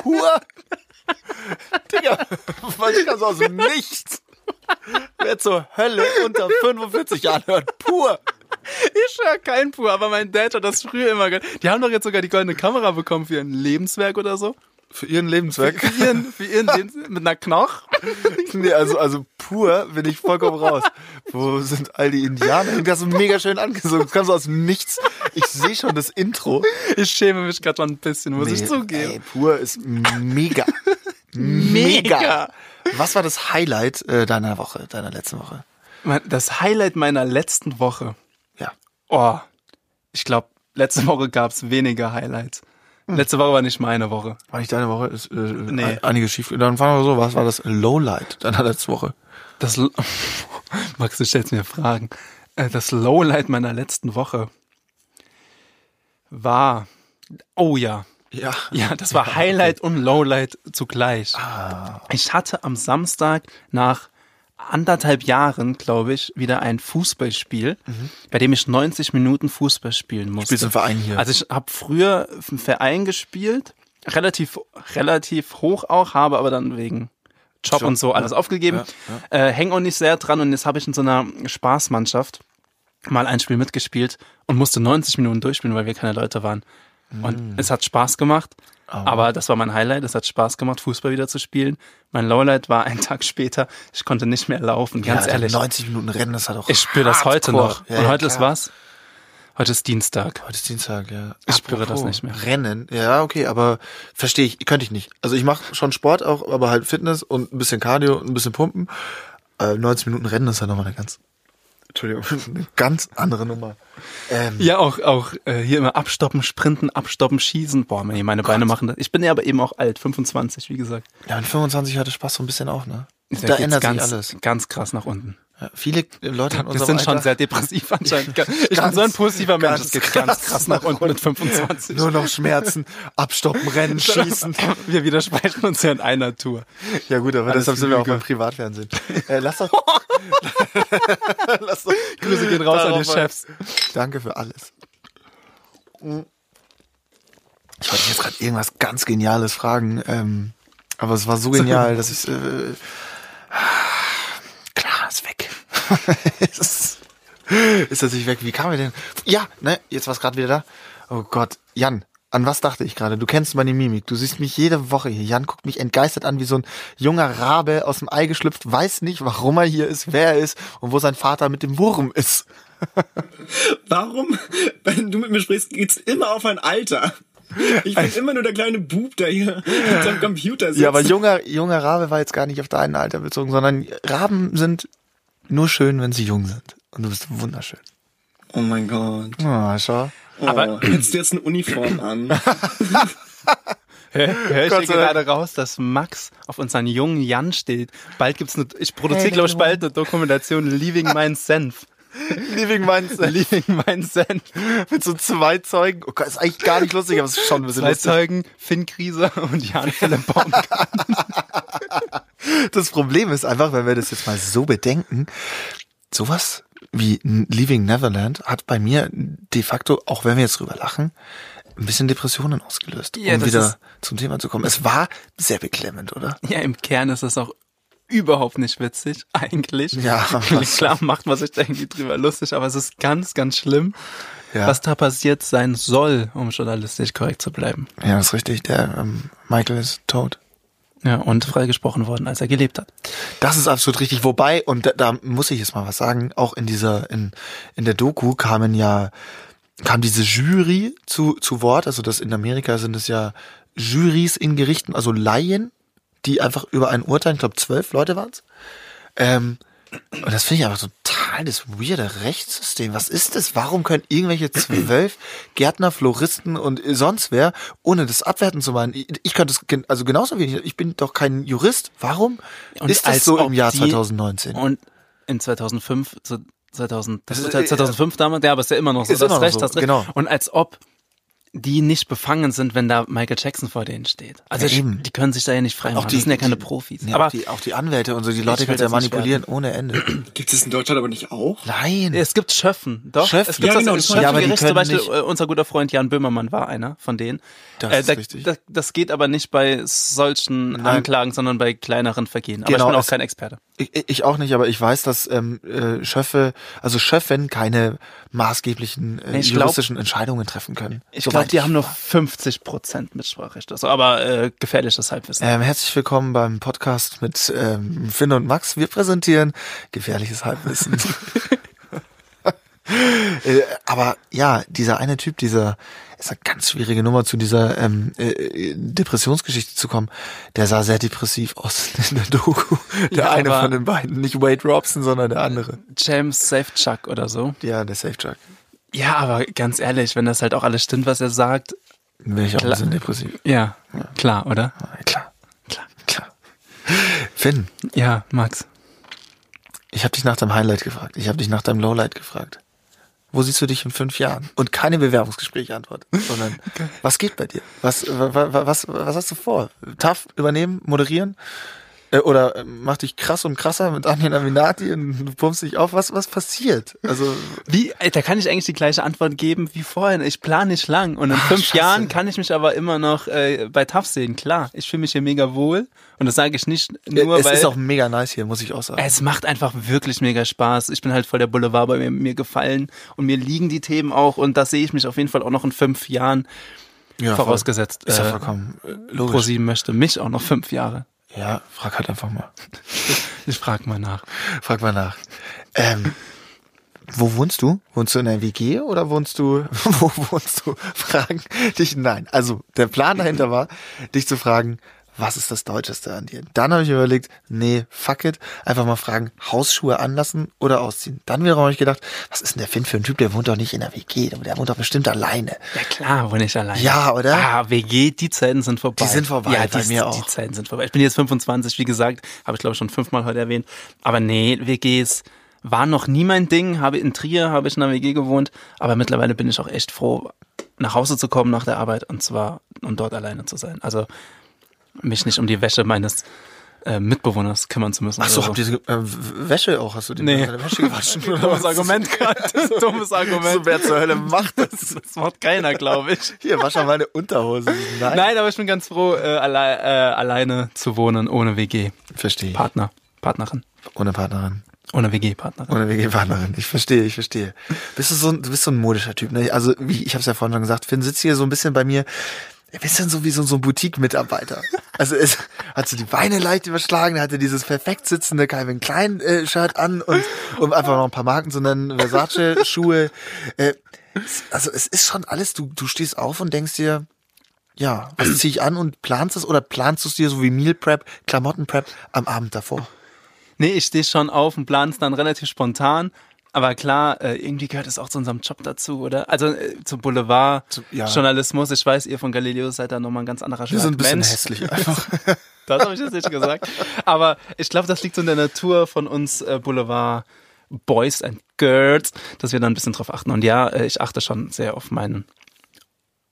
Pur. Digga, weil ich das aus dem Nichts. Wer zur Hölle unter 45 Jahren hört, pur.
Ich höre kein pur, aber mein Dad hat das früher immer gehört. Die haben doch jetzt sogar die goldene Kamera bekommen für ihren Lebenswerk oder so.
Für ihren Lebenswerk.
Für ihren, für ihren Lebenswerk mit einer Knoch.
Nee, also, also pur bin ich vollkommen raus. Wo sind all die Indianer? Das ist mega schön angesungen. Das kam so aus dem Nichts. Ich sehe schon das Intro.
Ich schäme mich gerade schon ein bisschen, muss ich
Nee,
zugeben.
Ey, pur ist mega. Mega. Was war das Highlight äh, deiner Woche, deiner letzten Woche?
Mein- Das Highlight meiner letzten Woche. Oh, ich glaube, letzte Woche gab es weniger Highlights. Letzte Woche war nicht meine Woche.
War nicht deine Woche? Ist, äh,
Nee.
ein- Einiges schief. Dann fangen wir so, was war das Lowlight deiner letzten Woche?
Das L- Max, du stellst mir Fragen. Äh, Das Lowlight meiner letzten Woche war. Oh ja.
Ja.
Ja, das war Highlight und Lowlight zugleich.
Ah.
Ich hatte am Samstag nach anderthalb Jahren, glaube ich, wieder ein Fußballspiel, bei dem ich 90 Minuten Fußball spielen musste.
Mhm. Spielst du im Verein hier?
Also ich habe früher im Verein gespielt, relativ, relativ hoch auch, habe aber dann wegen Job,
Job,
und so alles aufgegeben. Äh, häng auch nicht sehr dran und jetzt habe ich in so einer Spaßmannschaft mal ein Spiel mitgespielt und musste 90 Minuten durchspielen, weil wir keine Leute waren.
Hm.
Und es hat Spaß gemacht.
Oh.
Aber das war mein Highlight. Es hat Spaß gemacht, Fußball wieder zu spielen. Mein Lowlight war ein Tag später. Ich konnte nicht mehr laufen, ganz
Ja,
ehrlich.
90 Minuten Rennen, das hat auch.
Ich spüre das heute
Hardcore.
noch.
Ja,
und
ja,
heute ist
klar.
was? Heute ist Dienstag.
Heute ist Dienstag, ja.
Ich spüre das nicht mehr.
Rennen, ja, okay, aber verstehe ich, könnte ich nicht. Also ich mache schon Sport auch, aber halt Fitness und ein bisschen Cardio und ein bisschen Pumpen. Äh, 90 Minuten Rennen ist ja nochmal eine ganz, Entschuldigung, eine ganz andere Nummer. Ähm,
Ja, auch, auch äh, hier immer abstoppen, sprinten, abstoppen, schießen. Boah, nee, meine Beine machen das. Ich bin ja aber eben auch alt, 25, wie gesagt.
ja, mit 25 hatte Spaß so ein bisschen auch, ne?
Da,
da
geht's
ändert sich
ganz,
alles.
Ganz krass nach unten.
Ja, viele Leute in
Wir
unserem
sind schon
Alter
sehr depressiv anscheinend. Ich bin
Ganz-
so ein positiver Mensch.
ganz
Es geht ganz krass nach unten mit 25.
nur noch Schmerzen, abstoppen, rennen, schießen.
Wir widersprechen uns ja in einer Tour.
Ja gut, aber
Alles
deshalb sind wir auch
Lüge.
beim Privatfernsehen. Äh, lass doch, lass doch.
Grüße Also, gehen raus an
Darauf
die
mal-
Chefs.
Danke für alles. Hm. Ich wollte dich jetzt gerade irgendwas ganz Geniales fragen, ähm, aber es war so genial, dass ich äh, klar ist weg. ist, ist natürlich weg. Wie kam wir denn? Ja, ne, jetzt war es gerade wieder da. Oh Gott, Jan. An was dachte ich gerade? Du kennst meine Mimik. Du siehst mich jede Woche hier. Jan guckt mich entgeistert an wie so ein junger Rabe aus dem Ei geschlüpft, weiß nicht, warum er hier ist, wer er ist und wo sein Vater mit dem Wurm ist.
Warum, wenn du mit mir sprichst, geht's immer auf ein Alter? Ich bin immer nur der kleine Bub, der hier mit seinem Computer sitzt.
Ja, aber junger, junger Rabe war jetzt gar nicht auf dein Alter bezogen, sondern Raben sind nur schön, wenn sie jung sind. Und du bist wunderschön.
oh mein Gott.
Ah, schau.
Oh,
Aber-
aber hättest du jetzt eine Uniform an?
Hör
Gott
ich hier
sei Dank.
gerade raus, dass Max auf unseren jungen Jan steht. Bald gibt's eine, ich produziere
Hey,
glaube ich
everyone.
bald eine Dokumentation Leaving Mein Senf.
Living Mindset.
Leaving Mein Senf.
Mit so zwei Zeugen. Oh Gott, ist eigentlich gar nicht lustig, aber es ist schon ein bisschen
Drei
lustig.
Zeugen, Finn Krieser und Jan Philipp Baumgart.
Das Problem ist einfach, wenn wir das jetzt mal so bedenken, sowas wie Leaving Neverland hat bei mir de facto, auch wenn wir jetzt drüber lachen, ein bisschen Depressionen ausgelöst,
Ja,
um
das
wieder
ist-
zum Thema zu kommen. Es war sehr beklemmend, oder?
Ja, im Kern ist das auch überhaupt nicht witzig, eigentlich.
Ja.
Klar macht man sich da irgendwie drüber lustig, aber es ist ganz, ganz schlimm,
Ja.
was da passiert sein soll, um journalistisch korrekt zu bleiben.
Ja, das ist richtig. Der ähm, Michael ist tot.
Ja, und freigesprochen worden, als er gelebt hat.
Das ist absolut richtig. Wobei, und da, da muss ich jetzt mal was sagen, auch in dieser, in, in der Doku kamen ja, kam diese Jury zu, zu Wort. Also das in Amerika sind es ja Juries in Gerichten, also Laien, die einfach über ein Urteil, ich glaube zwölf Leute waren es. Ähm, und das finde ich einfach total das weirde Rechtssystem. Was ist das? Warum können irgendwelche zwölf Gärtner, Floristen und sonst wer, ohne das abwerten zu meinen, ich, ich könnte es gen- also genauso wenig, ich bin doch kein Jurist. Warum
Und
ist das
als
so
ob
im Jahr
die-
2019?
Und in 2005, zu 2000, das
ist,
Urteil
äh,
2005 damals, ja, aber ist ja immer noch so,
ist immer noch
recht,
so,
das recht.
genau.
Und als ob die nicht befangen sind, wenn da Michael Jackson vor denen steht. Also
Ja,
ich,
eben.
die können sich da ja nicht frei machen.
die-
das sind ja keine
die-
Profis.
Nee,
aber
auch, die, auch die Anwälte und so, die Leute
will
kannst du ja
das nicht
manipulieren ohne Ende.
Gibt es in Deutschland aber nicht auch?
Nein.
Es gibt Schöffen, doch.
Schöffen.
Es gibt
Ja,
das
genau,
das
das meine ich.
Ja, aber die
Schöffengericht, zum
können
Beispiel
nicht-
äh, unser guter Freund Jan Böhmermann war einer von denen. Äh,
Das ist
da,
richtig.
Da, das geht aber nicht bei solchen Anklagen, sondern bei kleineren Vergehen. Aber
Genau,
ich bin auch
es-
kein Experte.
Ich, ich auch nicht, aber ich weiß, dass ähm, äh, Schöffe, also Schöffen keine maßgeblichen äh,
Ich glaub-
juristischen Entscheidungen treffen können.
Ich
Soweit
glaube, die haben nur 50 Prozent Mitspracherecht. Also, aber äh, gefährliches Halbwissen.
Ähm, herzlich willkommen beim Podcast mit ähm, Finn und Max. Wir präsentieren gefährliches Halbwissen. Äh, Aber ja, dieser eine Typ, dieser, ist eine ganz schwierige Nummer, zu dieser ähm, äh, Depressionsgeschichte zu kommen, der sah sehr depressiv aus in der Doku. Der
Ja,
eine
aber-
von den beiden, nicht Wade Robson, sondern der andere.
James Äh, Safechuck oder so.
Ja, der Safe Jack.
Ja, aber ganz ehrlich, wenn das halt auch alles stimmt, was er sagt,
Bin ich auch ein bisschen depressiv.
ja, klar, oder?
Ja, Klar, klar, klar. Finn,
Ja, Max.
ich habe dich nach deinem Highlight gefragt. Ich habe dich nach deinem Lowlight gefragt. Wo siehst du dich in fünf Jahren? Und keine Bewerbungsgespräche-Antwort, sondern was geht bei dir? Was, wa- wa- was, was hast du vor? TAF übernehmen, moderieren? Äh, Oder äh, mach dich krass und krasser mit Anjan Aminati und du pumpst dich auf? Was, was passiert? Also,
Wie, ey, da kann ich eigentlich die gleiche Antwort geben wie vorhin. Ich plane nicht lang. Und in fünf
Ah, scheiße.
Jahren kann ich mich aber immer noch äh, bei TAF sehen. Klar, ich fühle mich hier mega wohl. Und das sage ich nicht nur,
Äh, es
weil
ist auch mega nice hier, muss ich auch sagen.
es macht einfach wirklich mega Spaß. Ich bin halt voll der Boulevard, bei mir, mir gefallen. Und mir liegen die Themen auch. Und da sehe ich mich auf jeden Fall auch noch in fünf Jahren.
Ja, voll.
vorausgesetzt,
Ist ja
äh,
vollkommen äh,
Pro
logisch.
sieben möchte mich auch noch fünf Jahre.
Ja, frag halt einfach mal.
Ich frage mal nach.
Frag mal nach. Ähm, wo wohnst du? Wohnst du in einer WG oder wohnst du, wo wohnst du? Fragen dich, nein. Also, der Plan dahinter war, dich zu fragen, was ist das Deutscheste an dir? Dann habe ich überlegt, nee, fuck it. Einfach mal fragen, Hausschuhe anlassen oder ausziehen. Dann wiederum habe ich gedacht, was ist denn der Finn für ein Typ? Der wohnt doch nicht in der WG. Der wohnt doch bestimmt alleine.
Ja klar, wohne ich allein.
Ja, oder?
Ah, WG, die Zeiten sind vorbei.
Die sind vorbei,
ja,
bei
die,
mir
Die
auch.
Zeiten sind vorbei. Ich bin jetzt 25, wie gesagt, habe ich glaube ich schon fünfmal heute erwähnt. Aber nee, WGs war noch nie mein Ding. Habe in Trier habe ich in einer WG gewohnt, aber mittlerweile bin ich auch echt froh, nach Hause zu kommen nach der Arbeit und zwar und dort alleine zu sein. Also mich nicht um die Wäsche meines äh, Mitbewohners kümmern zu müssen.
Ach so,
oder
habt ihr äh, W- Wäsche auch? Hast du die
Nee.
deine Wäsche gewaschen?
Dummes Argument gerade. Dummes Argument.
So, wer zur Hölle macht das?
Das macht keiner, glaube ich.
Hier, wasch mal meine Unterhose. Nein.
Nein, aber ich bin ganz froh, äh, alle, äh, alleine zu wohnen, ohne WG.
Verstehe.
Partner, Partnerin.
Ohne Partnerin.
Ohne WG-Partnerin.
Ohne WG-Partnerin. Ich verstehe, ich verstehe. Bist du so ein, du bist so ein modischer Typ, ne? Also, wie, ich habe es ja vorhin schon gesagt, Finn sitzt hier so ein bisschen bei mir. Ein bisschen so wie so, so ein Boutique-Mitarbeiter. Also es hat so die Beine leicht überschlagen, hatte dieses perfekt sitzende Calvin Klein-Shirt an und um einfach noch ein paar Marken zu nennen, Versace-Schuhe. Äh, es- also es ist schon alles, du, du stehst auf und denkst dir, ja, was zieh ich an und planst es oder planst du es dir so wie Meal Prep, Klamotten Prep am Abend davor?
Nee, ich stehe schon auf und plane es dann relativ spontan. Aber klar, äh, irgendwie gehört es auch zu unserem Job dazu, oder? Also äh, zu
Zu- ja.
Boulevard-Journalismus. Ich weiß, ihr von Galileo seid da nochmal ein ganz anderer Schlag. Mensch.
hässlich einfach.
Das habe ich jetzt nicht gesagt. Aber ich glaube, das liegt so in der Natur von uns äh, Boulevard Boys and Girls, dass wir da ein bisschen drauf achten. Und ja, äh, ich achte schon sehr auf meinen,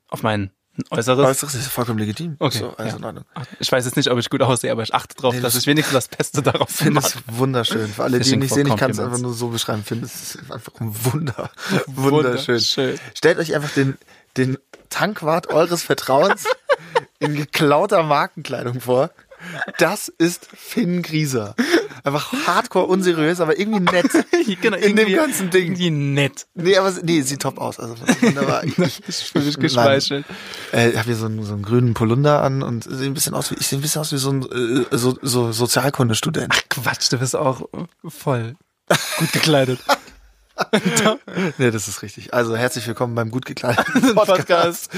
auf mein Äußeres.
Äußeres ist vollkommen legitim. So, also
ja.
in Ordnung.
Ach, Ich weiß jetzt nicht, ob ich gut aussehe, aber ich achte drauf,
Nee,
dass
das-
ich wenigstens das Beste daraus
Finde
mache.
es wunderschön. Für alle, die ihn
Fishing
nicht
for
sehen, ich kann es
compliments.
einfach nur so beschreiben. Finde es ist einfach ein Wunder. Wunderschön.
Wunderschön.
Stellt euch einfach den, den Tankwart eures Vertrauens in geklauter Markenkleidung vor. Das ist Finn Grieser. Einfach hardcore unseriös, aber irgendwie nett.
Genau,
in dem
irgendwie-
ganzen Ding.
Irgendwie nett.
Nee, aber es- nee, sieht top aus. Also wunderbar.
Ich bin geschmeichelt.
Äh, ich habe hier so einen, so einen grünen Polunder an und sehe ein bisschen aus wie, ich sehe ein bisschen aus wie so ein äh, so, so Sozialkundestudent.
Quatsch, du bist auch voll gut gekleidet.
Nee, das ist richtig. Also herzlich willkommen beim gut gekleideten
Podcast.
Podcast.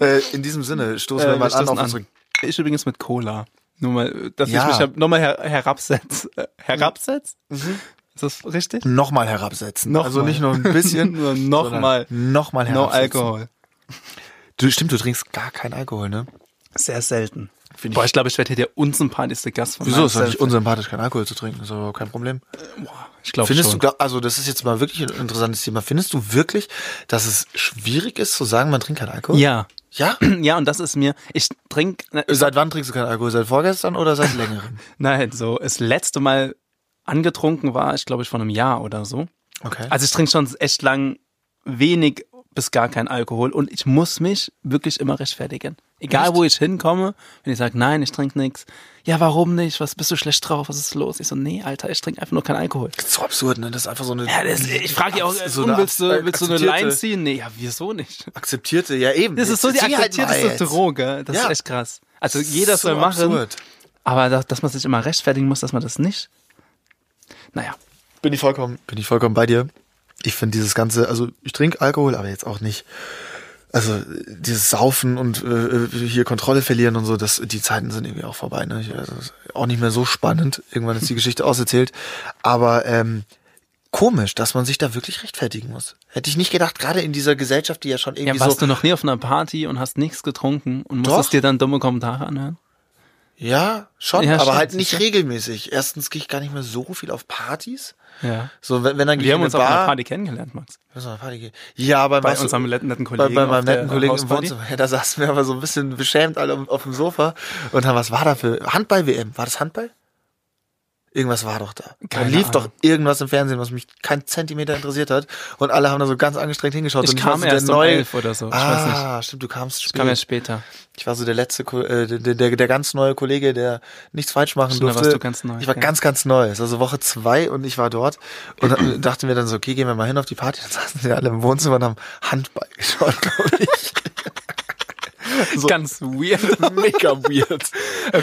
äh, in diesem Sinne stoßen wir
Äh,
mal
wir
an
stoßen
auf
an.
unsere
Ich übrigens mit Cola. Nur mal, dass
Ja.
ich mich hab- nochmal her herabsetze. Äh, Herabsetz?
Mhm.
Ist das richtig?
nochmal herabsetzen.
Nochmal.
Also nicht nur ein bisschen,
Nur nochmal.
sondern nochmal
No
herabsetzen.
Alkohol.
Du, stimmt, du trinkst gar keinen Alkohol, ne?
Sehr selten. Boah, ich glaube, ich werde hier der unsympathischste Gast von
Wieso ist das
meinem
nicht unsympathisch, keinen Alkohol zu trinken? Ist aber kein Problem.
Selbst- Ich glaube
Findest
schon.
du, glaub- also das ist jetzt mal wirklich ein interessantes Thema. Findest du wirklich, dass es schwierig ist zu sagen, man trinkt keinen Alkohol?
ja.
Ja?
Ja, und das ist mir, ich trinke,
Seit wann trinkst du keinen Alkohol? Seit vorgestern oder seit längerem?
nein, so, das letzte Mal angetrunken war ich, glaube ich, vor einem Jahr oder so.
Okay.
Also ich trinke schon echt lang wenig bis gar kein Alkohol und ich muss mich wirklich immer rechtfertigen. Egal wo ich hinkomme, wenn ich sage, nein, ich trinke nichts. Ja, warum nicht? Was bist du schlecht drauf? Was ist los? Ich so, nee, Alter, ich trinke einfach nur keinen Alkohol.
das ist so absurd, ne? Das ist einfach so eine.
Ja, das, ich frage ja auch,
Abs-
und willst, du,
abs-
willst du eine
akzeptierte-
Line ziehen? Nee, ja, wieso nicht?
Akzeptierte, ja eben.
Das ist so die
Jetzt zieh halt mal
akzeptierteste
jetzt.
Droge. Das
Ja.
ist echt krass. Also jeder
So
soll machen,
absurd.
aber dass, dass man sich immer rechtfertigen muss, dass man das nicht. Naja,
Bin ich vollkommen. Bin ich vollkommen bei dir. Ich finde dieses ganze, also ich trinke Alkohol, aber jetzt auch nicht. Also äh, dieses Saufen und äh, hier Kontrolle verlieren und so, das, die Zeiten sind irgendwie auch vorbei. Ne? Ich- Also, ist auch nicht mehr so spannend. Irgendwann ist die Geschichte auserzählt. Aber ähm, komisch, dass man sich da wirklich rechtfertigen muss. Hätte ich nicht gedacht, gerade in dieser Gesellschaft, die ja schon
Ja,
irgendwie
warst
so.
du noch nie auf einer Party und hast nichts getrunken und musstest
Doch.
dir dann dumme Kommentare anhören?
Ja, schon,
Ja,
aber
stimmt,
halt nicht
sicher.
regelmäßig. Erstens gehe ich gar nicht mehr so viel auf Partys.
Ja.
So, wenn, wenn dann gehe
Wir
ich
haben
in
uns
eine
auf einer
Bar.
Party kennengelernt, Max.
Wir sind auf eine Party gehen. Ja, aber
Bei
weißt du-
unserem netten, netten
bei,
Kollegen.
bei
auf
meinem
der
netten Kollegen im
Hausparty.
Wohnzimmer. Ja, da saßen wir aber so ein bisschen beschämt alle auf dem Sofa und haben, was war da für Handball-WM? War das Handball? Irgendwas war doch da. Da
Keine
lief
Ahnung.
doch irgendwas im Fernsehen, was mich kein Zentimeter interessiert hat. Und alle haben da so ganz angestrengt hingeschaut.
Ich
und
kam
war so
erst
der
um
neue...
elf oder so. Ich weiß nicht.
ah, stimmt, du kamst
Ich kam ja
spät.
später.
Ich war so der letzte, Ko- äh, der, der, der ganz neue Kollege, der nichts falsch machen
Stimmt, da
durfte.
warst du ganz neu,
ich war
ja.
ganz, ganz neu. Es war so Woche zwei und ich war dort und dann dachten wir dann so, okay, gehen wir mal hin auf die Party. Dann saßen wir alle im Wohnzimmer und haben Handball geschaut, glaube ich. So.
Ganz weird.
Mega weird.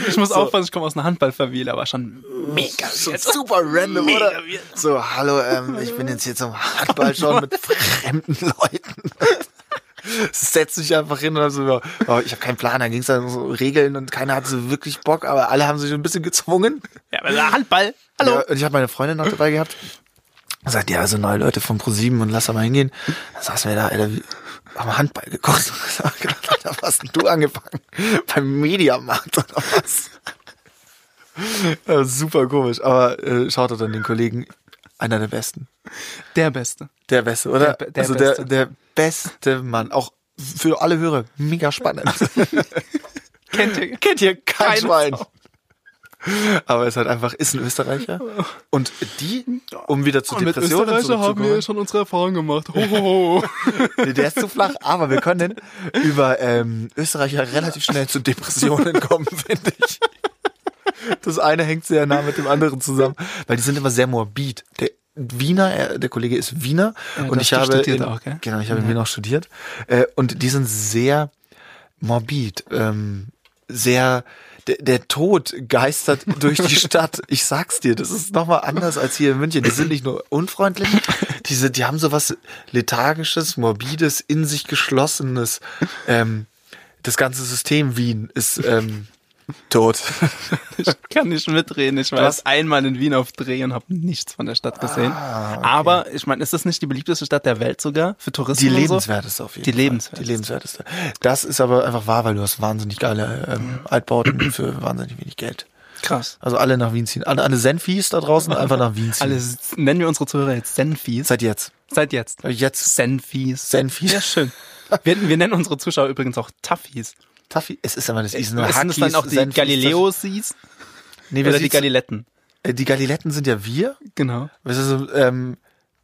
Ich muss aufpassen, ich komme aus einer Handballfamilie, aber schon mega
Schon
weird.
super random,
Mega
oder? So, hallo, ähm, ich bin jetzt hier zum Handball schauen mit fremden Leuten. Setz dich einfach hin und dann so, ja, oh, ich habe keinen Plan. Da ging es dann um so Regeln und keiner hatte so wirklich Bock, aber alle haben sich ein bisschen gezwungen.
Ja, aber Handball. Hallo.
Ja, und ich habe meine Freundin noch dabei gehabt. Und sagt, ja, also neue Leute von ProSieben und lass da mal hingehen. Dann saßen wir da, Alter, wie, haben Handball geguckt. Und hab gedacht, Alter, was hast denn du angefangen? Beim Mediamarkt oder was? Ja, super komisch, aber äh, schaut doch dann den Kollegen, einer der Besten.
Der Beste.
Der Beste, oder?
Der Be- der
also
Beste.
Der, der beste Mann, auch für alle Hörer, mega spannend.
Kennt ihr?
Kennt ihr kein
Keine
Schwein. Aber es ist halt einfach, ist ein Österreicher. Und die, um wieder zu
Und mit
Depressionen
Österreicher haben wir
zurückzukommen,
schon unsere Erfahrungen gemacht. Ho, ho, ho.
nee, der ist zu flach, aber wir können über ähm, Österreicher relativ schnell zu Depressionen kommen, finde ich. Das eine hängt sehr nah mit dem anderen zusammen, weil die sind immer sehr morbid. Der Wiener, er, der Kollege ist Wiener
Ja,
und
das
ich
du
habe
studiert
in,
auch, gell? Mhm.
genau, ich habe in Wien auch studiert äh, und die sind sehr morbid, ähm, sehr der, der Tod geistert durch die Stadt. Ich sag's dir, das ist nochmal anders als hier in München. Die sind nicht nur unfreundlich, die, sind, die haben sowas lethargisches, morbides, in sich geschlossenes. Ähm, das ganze System Wien ist ähm, tot.
Ich kann nicht mitreden. Ich war
hast-
erst einmal in Wien auf Dreh und habe nichts von der Stadt gesehen. Aber ich meine, ist das nicht die beliebteste Stadt der Welt sogar für Touristen?
Die
und
lebenswerteste auf jeden
Die
Fall.
lebenswerteste.
Die lebenswerteste. Das ist aber einfach wahr, weil du hast wahnsinnig geile ähm, Altbauten für wahnsinnig wenig Geld.
So? Krass.
Also alle nach Wien ziehen. Alle, alle Senfis da draußen einfach nach Wien ziehen.
Alle s- nennen wir unsere Zuhörer jetzt Senfis.
Seit jetzt.
Seit jetzt.
Jetzt
Senfis.
Senfis.
Ja, schön. Wir, wir nennen unsere Zuschauer übrigens auch Taffis.
Taffy. Es ist aber das Isen.
Sind das dann auch die Galileosis
Nee, wir
oder die
sind's-
Galiletten?
äh, die Galiletten sind ja wir.
Genau.
Das ist so, ähm,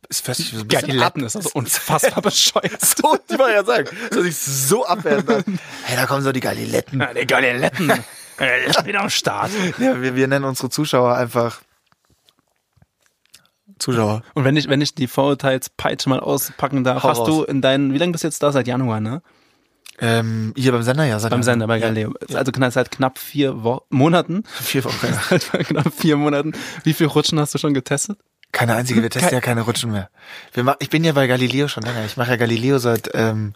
ist fast so ein bisschen
Galiletten
ab-
ist also unfassbar bescheuert.
so, ich wollte ja sagen, dass ich so abwerten darf. Hey, da kommen so die Galiletten.
Na, die Galiletten. Äh, Lass wieder am Start.
Ja, wir, wir nennen unsere Zuschauer einfach Zuschauer.
Und wenn ich, wenn ich die Vorurteilspeitsche mal auspacken darf,
Hau
hast
raus.
du in deinen, wie lange bist du jetzt da? Seit Januar, ne?
Ähm, hier beim Sender, ja. Seit
Beim Sender bei Galileo. Also knapp- seit knapp vier Wo Monaten.
Vier Wochen. ja.
Seit knapp vier Monaten. Wie viele Rutschen hast du schon getestet?
Keine einzige, wir
Hm,
testen ja keine Rutschen mehr. Wir ma- ich bin ja bei Galileo schon länger. Ich mache ja Galileo seit ähm,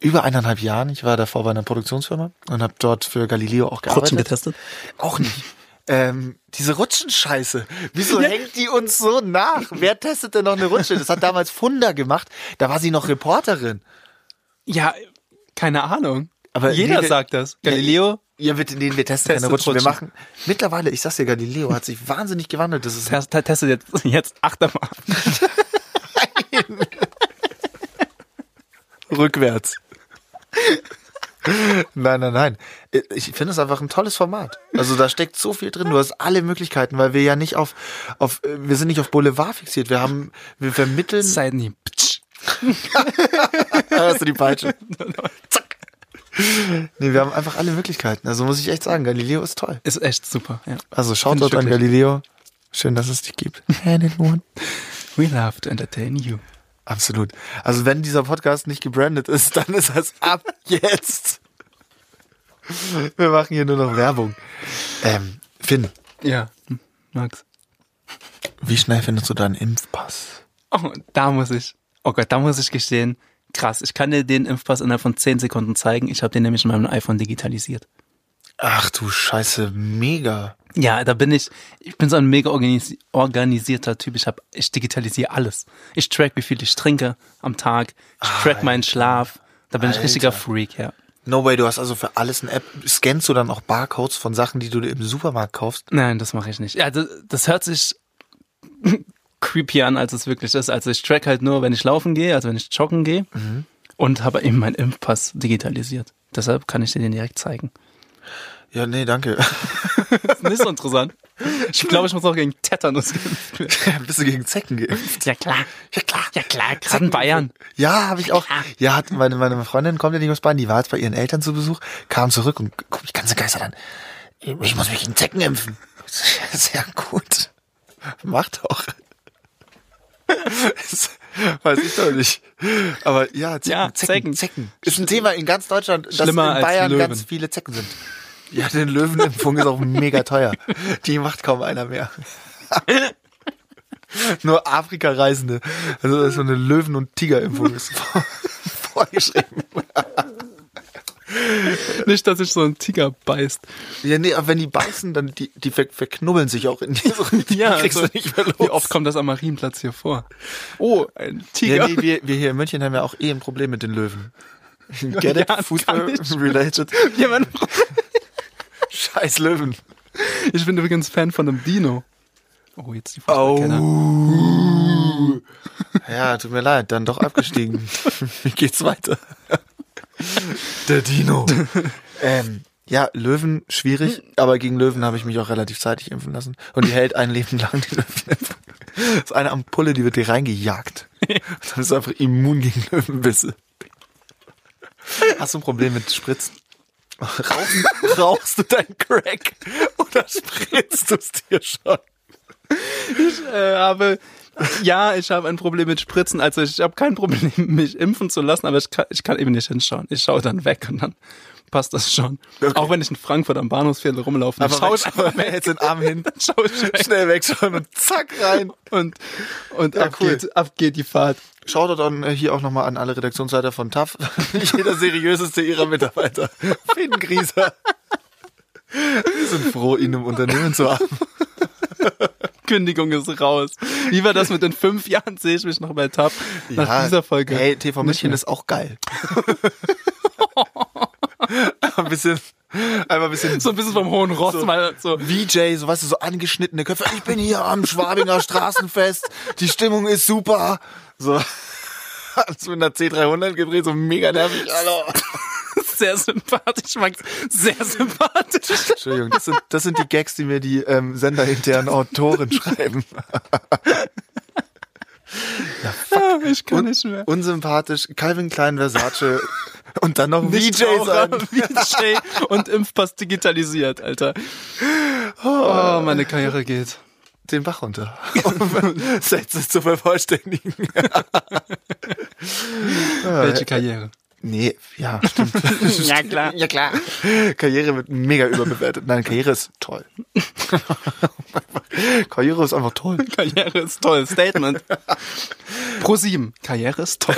über eineinhalb Jahren. Ich war davor bei einer Produktionsfirma und habe dort für Galileo auch gearbeitet.
Rutschen getestet?
Auch nicht. Ähm, diese Rutschenscheiße, wieso hängt die uns so nach? Wer testet denn noch eine Rutsche? Das hat damals Funda gemacht, da war sie noch Reporterin.
Ja, keine Ahnung.
Aber
jeder
nee,
sagt das. Galileo
Ja, bitte, nee, wir testen
Testet
keine Rutschen. Wir
Rutschen.
machen mittlerweile, ich sag's dir, Galileo hat sich wahnsinnig gewandelt. Das ist
test- testet jetzt, jetzt achtermal.
Rückwärts. Nein, nein, nein. Ich finde es einfach ein tolles Format. Also da steckt so viel drin. Du hast alle Möglichkeiten, weil wir ja nicht auf, auf wir sind nicht auf Boulevard fixiert. Wir haben, wir vermitteln. Ah,
Seid halt nie. Ptsch.
Hast du die Peitsche? Zack. Nee, wir haben einfach alle Möglichkeiten. Also muss ich echt sagen, Galileo ist toll.
Ist echt super. Ja.
Also schaut
Find ich
dort an
wirklich.
Galileo. Schön, dass es dich gibt. Anyone.
We love to entertain you.
Absolut. Also wenn dieser Podcast nicht gebrandet ist, dann ist das ab jetzt. Wir machen hier nur noch Werbung. Ähm, Finn,
Ja. Hm, Max.
wie schnell findest du deinen Impfpass?
Oh, da muss ich. Oh Gott, da muss ich gestehen. Krass, ich kann dir den Impfpass innerhalb von 10 Sekunden zeigen. Ich habe den nämlich in meinem iPhone digitalisiert.
Ach du Scheiße, mega.
Ja, da bin ich, ich bin so ein mega organis organisierter Typ. Ich, hab, ich digitalisiere alles. Ich track, wie viel ich trinke am Tag. Ich track meinen Schlaf. Da bin ich richtiger Freak, ja.
No way, du hast also für alles eine App. Scannst du dann auch Barcodes von Sachen, die du dir im Supermarkt kaufst?
Nein, das mache ich nicht. Ja, das, das hört sich creepy an, als es wirklich ist. Also ich track halt nur, wenn ich laufen gehe, also wenn ich joggen gehe. Und habe eben meinen Impfpass digitalisiert. Deshalb kann ich dir den direkt zeigen.
Ja, nee, danke.
Nicht so interessant. Ich glaube, ich muss auch gegen Tetanus geimpft werden.
Bist du gegen Zecken geimpft?
Ja klar,
Ja, klar.
ja klar, gerade in Bayern.
Ja, habe ich auch. Ja, hat meine, meine Freundin kommt ja nicht aus Bayern, die war jetzt bei ihren Eltern zu Besuch, kam zurück und guck mich ganz begeistert an. Ich muss mich gegen Zecken impfen. Sehr gut. Macht auch. Weiß ich doch nicht. Aber ja, Zecken,
Ja,
Zecken,
Zecken.
Zecken. Ist ein Thema in ganz Deutschland, dass in
Schlimmer als
Bayern
Löwen.
ganz viele Zecken sind. Ja, den Löwenimpfung ist auch mega teuer. Die macht kaum einer mehr. Nur Afrika-Reisende. Also das ist so eine Löwen- und Tigerimpfung ist vor- vorgeschrieben.
Nicht, dass ich so ein Tiger beißt.
Ja, nee, aber wenn die beißen, dann die, die ver verknubbeln sich auch in diese Richtung.
Ja,
kriegst
also,
du nicht mehr los.
Wie oft kommt das am Marienplatz hier vor? Oh, ein Tiger.
Ja, nee, wir, wir hier in München haben ja auch eh ein Problem mit den Löwen. Get it?
Ja, kann ich.
Fußball-related.
Jemand-
Scheiß Löwen.
Ich bin übrigens Fan von einem Dino. Oh, jetzt die Fußballkenner.
Ja, tut mir leid, dann doch abgestiegen. Wie geht's weiter? Der Dino. Hm. ähm, ja, Löwen, schwierig, aber gegen Löwen habe ich mich auch relativ zeitig impfen lassen. Und die hält ein Leben lang die Löwenimpfung. Das ist eine Ampulle, die wird dir reingejagt. Und dann bist du einfach immun gegen Löwenbisse. Hast du ein Problem mit Spritzen? Rauchst, rauchst du dein Crack oder spritzt du es dir schon?
Äh, aber ja, ich habe ein Problem mit Spritzen. Also ich habe kein Problem, mich impfen zu lassen, aber ich kann, ich kann eben nicht hinschauen. Ich schaue dann weg und dann passt das schon. Auch wenn ich in Frankfurt am Bahnhofsviertel rumlaufe, dann schaue ich einfach weg.
jetzt den Arm hin,
Dann schaue ich weg.
schnell wegschäumen und zack rein.
Und, und ab,
cool.
geht, ab geht die Fahrt.
Schaut doch dann äh, hier auch nochmal an alle Redaktionsleiter von TAF. Jeder seriöseste ihrer Mitarbeiter. Finn Grieser. Wir sind froh, ihn im Unternehmen zu haben.
Kündigung ist raus. Wie war das mit in fünf Jahren? Sehe ich mich noch bei Tab nach
Ja,
dieser Folge.
Hey, TV
Nicht
München
mehr.
ist auch geil. ein bisschen, einmal ein bisschen
so ein bisschen vom hohen Ross, weil so
VJ, so weißt du, so angeschnittene Köpfe. Ich bin hier am Schwabinger Straßenfest. Die Stimmung ist super. So. Hat's mit einer C300 gedreht, so mega nervig. Hallo.
sehr sympathisch, Max. Sehr sympathisch.
Entschuldigung, das sind, das sind die Gags, die mir die ähm, senderinternen Autoren schreiben.
Ich kann nicht mehr.
Unsympathisch, Calvin Klein, Versace und dann noch
Nicht
VJ
Raucher,
sein.
VJ und Impfpass digitalisiert, Alter. Oh, meine Karriere geht.
Den Bach runter. Um Sätze zu vervollständigen.
Welche Karriere?
Nee, ja, stimmt.
Ja, klar.
Ja klar. Karriere wird mega überbewertet. Nein, Karriere ist toll. Karriere ist einfach toll.
Karriere ist toll. Statement. Pro sieben. Karriere ist toll.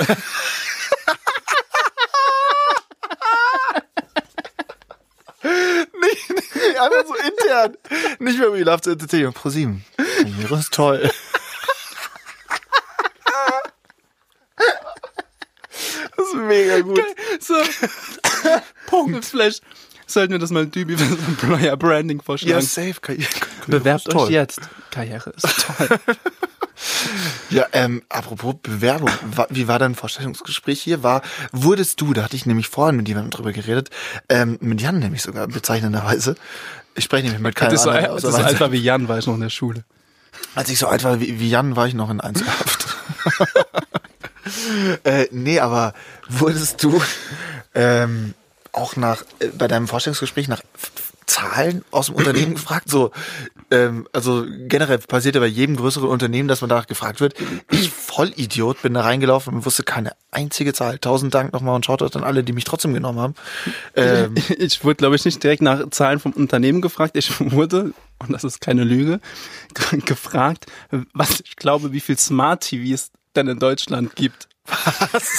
Nee, einfach so intern. Nicht mehr We Love to Entertainment. Pro 7. Karriere ist toll. Das ist mega gut.
So. Punkt. Vielleicht sollten wir das mal Dübi für so ein neuer Branding vorschlagen.
Ja, safe. Karriere, Karriere
Bewerbt
ist toll.
euch jetzt. Karriere ist toll.
Ja, ähm, apropos Bewerbung, wa- wie war dein Vorstellungsgespräch hier? War, wurdest du, da hatte ich nämlich vorhin mit jemandem drüber geredet, ähm, mit Jan nämlich sogar bezeichnenderweise. Ich spreche nämlich mit keinem
Das war,
anderen
das also
außer
war
Wahnsinn.
einfach wie Jan, war ich noch in der Schule.
Als ich so alt war wie, wie Jan, war ich noch in Einzelhaft. äh, nee, aber wurdest du ähm, auch nach äh, bei deinem Vorstellungsgespräch nach F- F- Zahlen aus dem Unternehmen gefragt? So, ähm, also generell passiert ja bei jedem größeren Unternehmen, dass man danach gefragt wird. Ich Vollidiot bin da reingelaufen und wusste keine einzige Zahl. Tausend Dank nochmal und schaut euch an alle, die mich trotzdem genommen haben. Ähm,
Ich wurde, glaube ich, nicht direkt nach Zahlen vom Unternehmen gefragt. Ich wurde, und das ist keine Lüge, ge- gefragt, was ich glaube, wie viel Smart TVs denn in Deutschland gibt.
Was?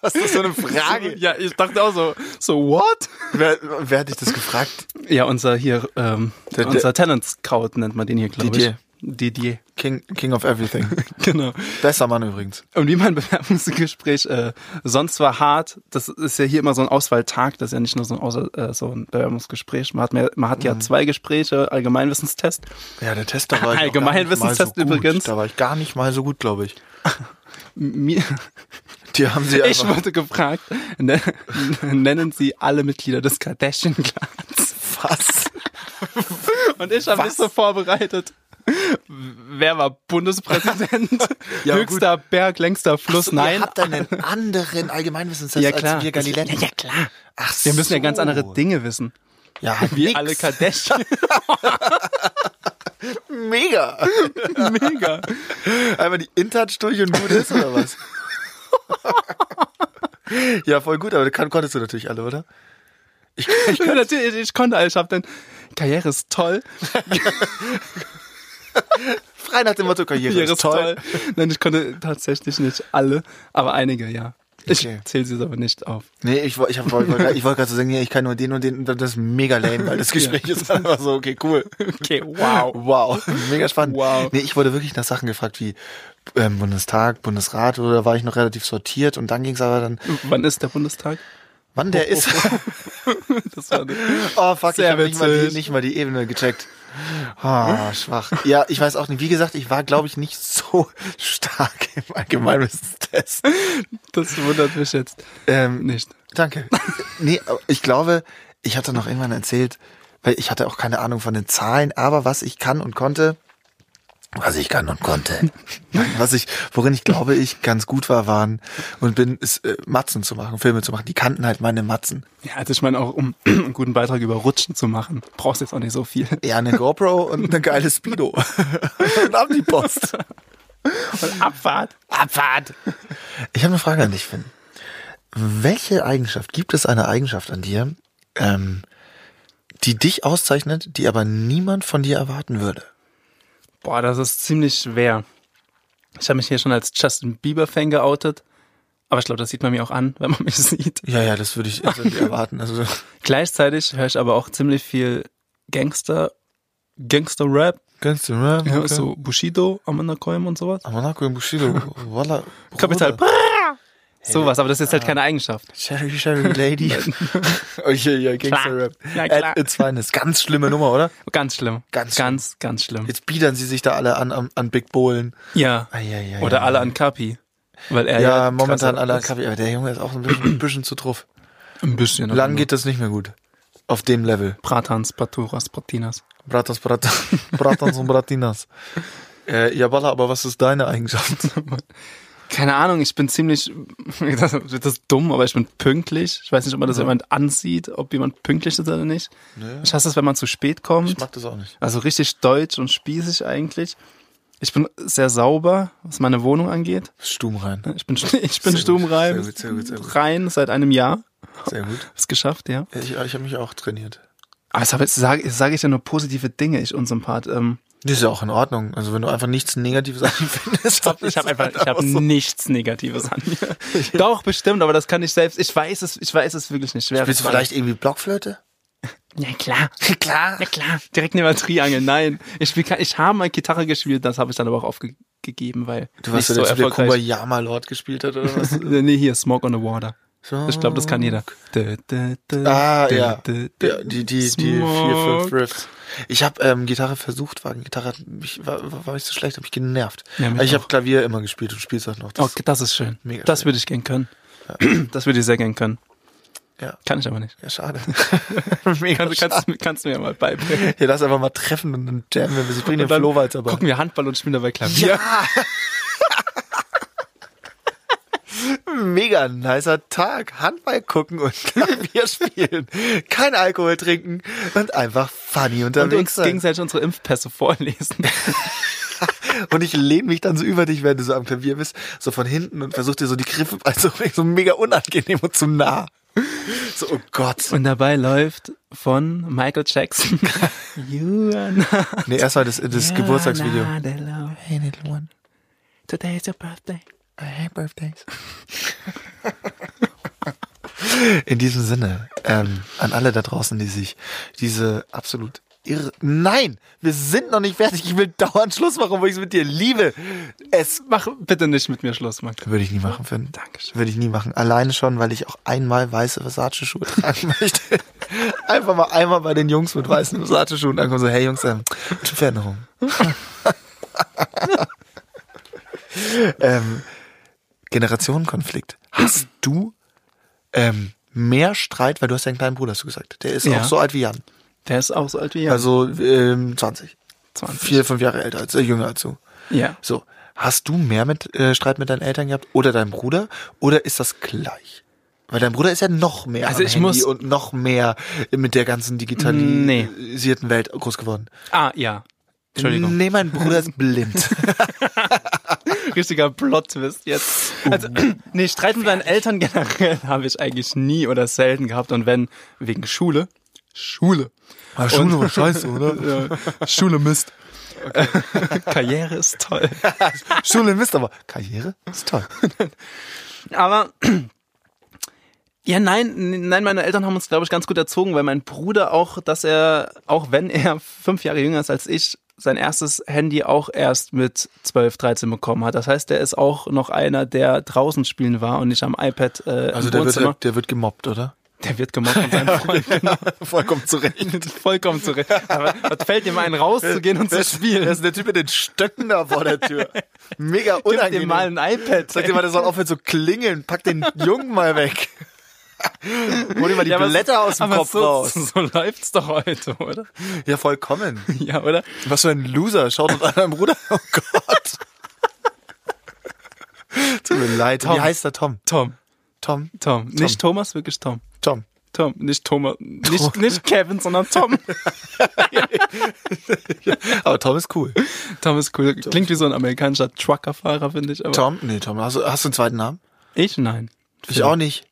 Was ist das für eine Frage?
Ja, ich dachte auch so, so what?
Wer, wer hat dich das gefragt?
Ja, unser hier, ähm,
Der- der-
unser Talent Scout nennt man den hier, glaube ich.
Didier.
Didier.
King, King of Everything.
Genau.
Besser Mann übrigens.
Und wie mein Um Bewerbungsgespräch äh, sonst war hart, das ist ja hier immer so ein Auswahltag, das ist ja nicht nur so ein, Auswahl, äh, so ein Bewerbungsgespräch. Man hat, mehr, man
Mhm.
hat ja zwei Gespräche, Allgemeinwissenstest.
Ja, der Test, da war ich auch
Allgemein
gar nicht mal so
Wissenstest
gut.
übrigens.
Da war ich gar nicht mal so gut, glaube ich.
Mir,
Die haben sie
ich
einfach...
wurde gefragt, ne, nennen Sie alle Mitglieder des Kardashian-Clans.
was?
Und ich habe mich
Was?
so vorbereitet. Wer war Bundespräsident?
Ja,
Höchster Berg, längster Fluss?
Ihr
Nein.
habt dann einen anderen Allgemeinwissenstest
Ja, klar.
als wir Galiletten.
Ja, klar.
Ach
Wir müssen ja
so.
ganz andere Dinge wissen.
Ja,
Wie
nix.
alle Kardashian.
Mega.
Mega.
Einmal die InTouch durch und gut ist, oder was? ja, voll gut, aber kann, konntest du natürlich alle, oder?
Ich, kann, natürlich, ich konnte alles. Ich habe dann, Karriere ist toll.
Frei nach dem Motto Karriere
Karriere
ist toll.
Nein, ich konnte tatsächlich nicht alle, aber einige, ja. Ich
Okay.
zähle sie jetzt aber nicht auf.
Nee, ich, wo- ich, hab- wollte grad- ich wollte gerade so sagen, ja, ich kann nur den und den, das ist mega lame, weil das Gespräch ist einfach so, okay, cool.
Okay, wow.
Wow, mega spannend.
Wow.
Nee, ich wurde wirklich nach Sachen gefragt wie ähm, Bundestag, Bundesrat, oder war ich noch relativ sortiert und dann ging es aber dann,
Wann ist der Bundestag?
wann der ist.
Das war
Oh fuck, ich
Sehr
habe nicht, mal
witzig.
die- nicht mal die Ebene gecheckt. Ah, schwach. Ja, ich weiß auch nicht. Wie gesagt, ich war, glaube ich, nicht so stark im Allgemeinwissenstest.
das wundert mich jetzt
Ähm,
nicht.
Danke. Nee, aber ich glaube, ich hatte noch irgendwann erzählt, weil ich hatte auch keine Ahnung von den Zahlen, aber was ich kann und konnte, was ich kann und konnte, was ich, worin ich glaube, ich ganz gut war, waren und bin, ist äh, Matzen zu machen, Filme zu machen. Die kannten halt meine Matzen.
Ja, also ich meine auch, um einen guten Beitrag über Rutschen zu machen, brauchst du jetzt auch nicht so viel.
Ja, eine GoPro und eine geile Speedo. und ab die Post.
Und Abfahrt.
Abfahrt. Ich habe eine Frage an dich, Finn. Welche Eigenschaft, gibt es eine Eigenschaft an dir, ähm, die dich auszeichnet, die aber niemand von dir erwarten würde?
Boah, das ist ziemlich schwer. Ich habe mich hier schon als Justin Bieber-Fan geoutet, aber ich glaube, das sieht man mir auch an, wenn man mich sieht.
Ja, ja, das würde ich also nicht erwarten. Also,
Gleichzeitig höre ich aber auch ziemlich viel Gangster, Gangster-Rap,
kennst du, ne?
ja, so Bushido, Amanda Koyim und sowas.
Amanako im Bushido, Walla, Oh, Bruder.
Kapital. Sowas, aber das ist jetzt halt keine Eigenschaft.
Sherry, Sherry Lady. oh, ja, ja, Gangster-Rap.
Ja, klar.
At its finest. Ganz schlimme Nummer, oder?
Ganz schlimm.
Ganz schlimm.
ganz, ganz schlimm.
Jetzt biedern sie sich da alle an, an, an Big Bowlen.
Ja.
Eieiei.
Oder alle an Kapi. Weil er
Ja,
ja
momentan
krasser
alle an
ist.
Kaffee. Aber der Junge ist auch so ein bisschen, ein bisschen zu truff.
Ein bisschen.
Lang geht das nicht mehr gut. Auf dem Level.
Pratans, Paturas, Pratinas.
Bratas, Brat Bratans und Bratinas. Äh, ja, Balla, aber was ist deine Eigenschaft?
Keine Ahnung, ich bin ziemlich, das ist dumm, aber ich bin pünktlich. Ich weiß nicht, ob man das jemand ansieht, ob jemand pünktlich ist oder nicht. Ich hasse es, wenn man zu spät kommt.
Ich mag das auch nicht.
Also richtig deutsch und spießig eigentlich. Ich bin sehr sauber, was meine Wohnung angeht.
Stumm rein.
Ich bin, ich bin
gut,
stubenrein.
sehr gut, sehr gut, sehr gut.
Rein seit einem Jahr.
Sehr gut.
Ist geschafft, ja.
Ich, ich habe mich auch trainiert.
Aber jetzt habe- jetzt sage jetzt sage ich ja nur positive Dinge, ich Unsympath. Ähm,
Das ist ja auch in Ordnung. Also wenn du einfach nichts Negatives einfindest.
ich habe einfach, ich habe nichts Negatives an mir. Doch, bestimmt, aber das kann ich selbst. Ich weiß es, ich weiß es wirklich nicht. Schwer
Willst du vielleicht irgendwie Blockflöte?
Ja klar,
Klar.
ja klar. Direkt neben der Triangel. Nein, ich spiel, kein- ich habe mal Gitarre gespielt, das habe ich dann aber auch aufgegeben, weil
Du warst
nicht
ja der
so
Typ, der
erfolgreich.
Kumbayama Lord gespielt hat oder was?
nee, hier Smoke on the Water.
So.
Ich glaube, das kann jeder. Dö, dö, dö,
Ah,
dö,
ja.
dö, dö.
ja. Die, die, die vier, fünf Riffs. Ich habe ähm, Gitarre versucht, war Gitarre hat mich, war, war ich so schlecht, habe ich genervt.
Ja, mich
Aber ich
auch.
habe Klavier immer gespielt und spielst auch noch. Das,
Okay, das ist schön.
Mega
das
schön.
würde ich gern können. Das würde ich sehr gern können.
Ja.
Kann ich aber nicht.
Ja, schade.
Mega kannst, kannst, kannst du mir ja mal beibringen.
Ja, lass einfach mal treffen und dann jammen wir. Ich bring den
Und dann
Flohwalz aber.
Gucken wir Handball und spielen dabei Klavier.
Mega nicer Tag. Handball gucken und Klavier spielen. Kein Alkohol trinken und einfach funny
und uns
unterwegs sein.
gegenseitig unsere Impfpässe vorlesen.
Und ich lehne mich dann so über dich, wenn du so am Klavier bist, so von hinten und versuche dir so die Griffe, also so mega unangenehm und zu nah. So, oh Gott.
Und dabei läuft von Michael Jackson. you are not
Nee, erstmal das, das Geburtstagsvideo.
Geburtstagsvideo. Today is your birthday.
I hate birthdays. In diesem Sinne, ähm, an alle da draußen, die sich diese absolut irre. Nein, wir sind noch nicht fertig. Ich will dauernd Schluss machen, weil ich es mit dir liebe. Es
Mach bitte nicht mit mir Schluss, Max.
würde ich nie machen, Finn. Dankeschön. Würde ich nie machen. Alleine schon, weil ich auch einmal weiße Versace-Schuhe tragen möchte. Einfach mal einmal bei den Jungs mit weißen Versace-Schuhen ankommen. So, hey Jungs, ähm, zu Pferden rum. ähm, Generationenkonflikt. Hast du ähm, mehr Streit, weil du hast ja einen kleinen Bruder, hast du gesagt. Der ist
Ja.
auch so alt wie Jan.
Der ist auch so alt wie ihr.
Also ähm, 20.
20.
Vier, fünf Jahre älter als äh, jünger als du.
ja.
So, hast du mehr mit äh, Streit mit deinen Eltern gehabt oder deinem Bruder? Oder ist das gleich? Weil dein Bruder ist ja noch mehr
Also
am
ich
Handy
muss-
und noch mehr mit der ganzen digitalisierten Welt groß geworden.
Ah, ja. Entschuldigung.
Nee, mein Bruder ist blind.
Richtiger Plot-Twist jetzt. Also,
Uh.
nee, Streit mit meinen Eltern generell habe ich eigentlich nie oder selten gehabt. Und wenn, wegen Schule. Schule.
Ah, Schule war scheiße, oder?
Schule Mist. Karriere ist toll.
Schule Mist, aber Karriere ist toll.
Aber ja, nein, n- nein, meine Eltern haben uns, glaube ich, ganz gut erzogen, weil mein Bruder auch, dass er, auch wenn er fünf Jahre jünger ist als ich, sein erstes Handy auch erst mit 12, 13 bekommen hat. Das heißt, der ist auch noch einer, der draußen spielen war und nicht am iPad äh,
Also
im
der
Wohnzimmer.
wird, der wird gemobbt, oder?
der wird gemobbt von seinen Freunden.
Vollkommen zurecht.
Vollkommen zurecht. Aber was fällt ihm ein, rauszugehen und zu spielen?
Das ist der Typ mit den Stöcken da vor der Tür. Mega
Gib
unangenehm.
dem mal ein iPad.
Sag dir mal, der soll aufhören zu klingeln. Pack den Jungen mal weg. Hol dir mal die
Ja, aber-
Blätter aus dem
aber
Kopf
so,
raus.
So läuft's doch heute, oder?
Ja, vollkommen.
Ja, oder?
Was für ein Loser. Schaut uns an deinem Bruder. Oh Gott. Tut mir leid. Wie heißt der Tom?
Tom.
Tom.
Tom. Nicht Thomas, wirklich Tom.
Tom.
Tom, nicht Thomas, nicht, nicht Kevin, sondern Tom.
Aber Tom ist cool.
Tom ist cool. Klingt wie so ein amerikanischer Truckerfahrer, finde ich. Aber
Tom? Nee, Tom. Hast du, hast du einen zweiten Namen?
Ich nein.
Ich auch nicht.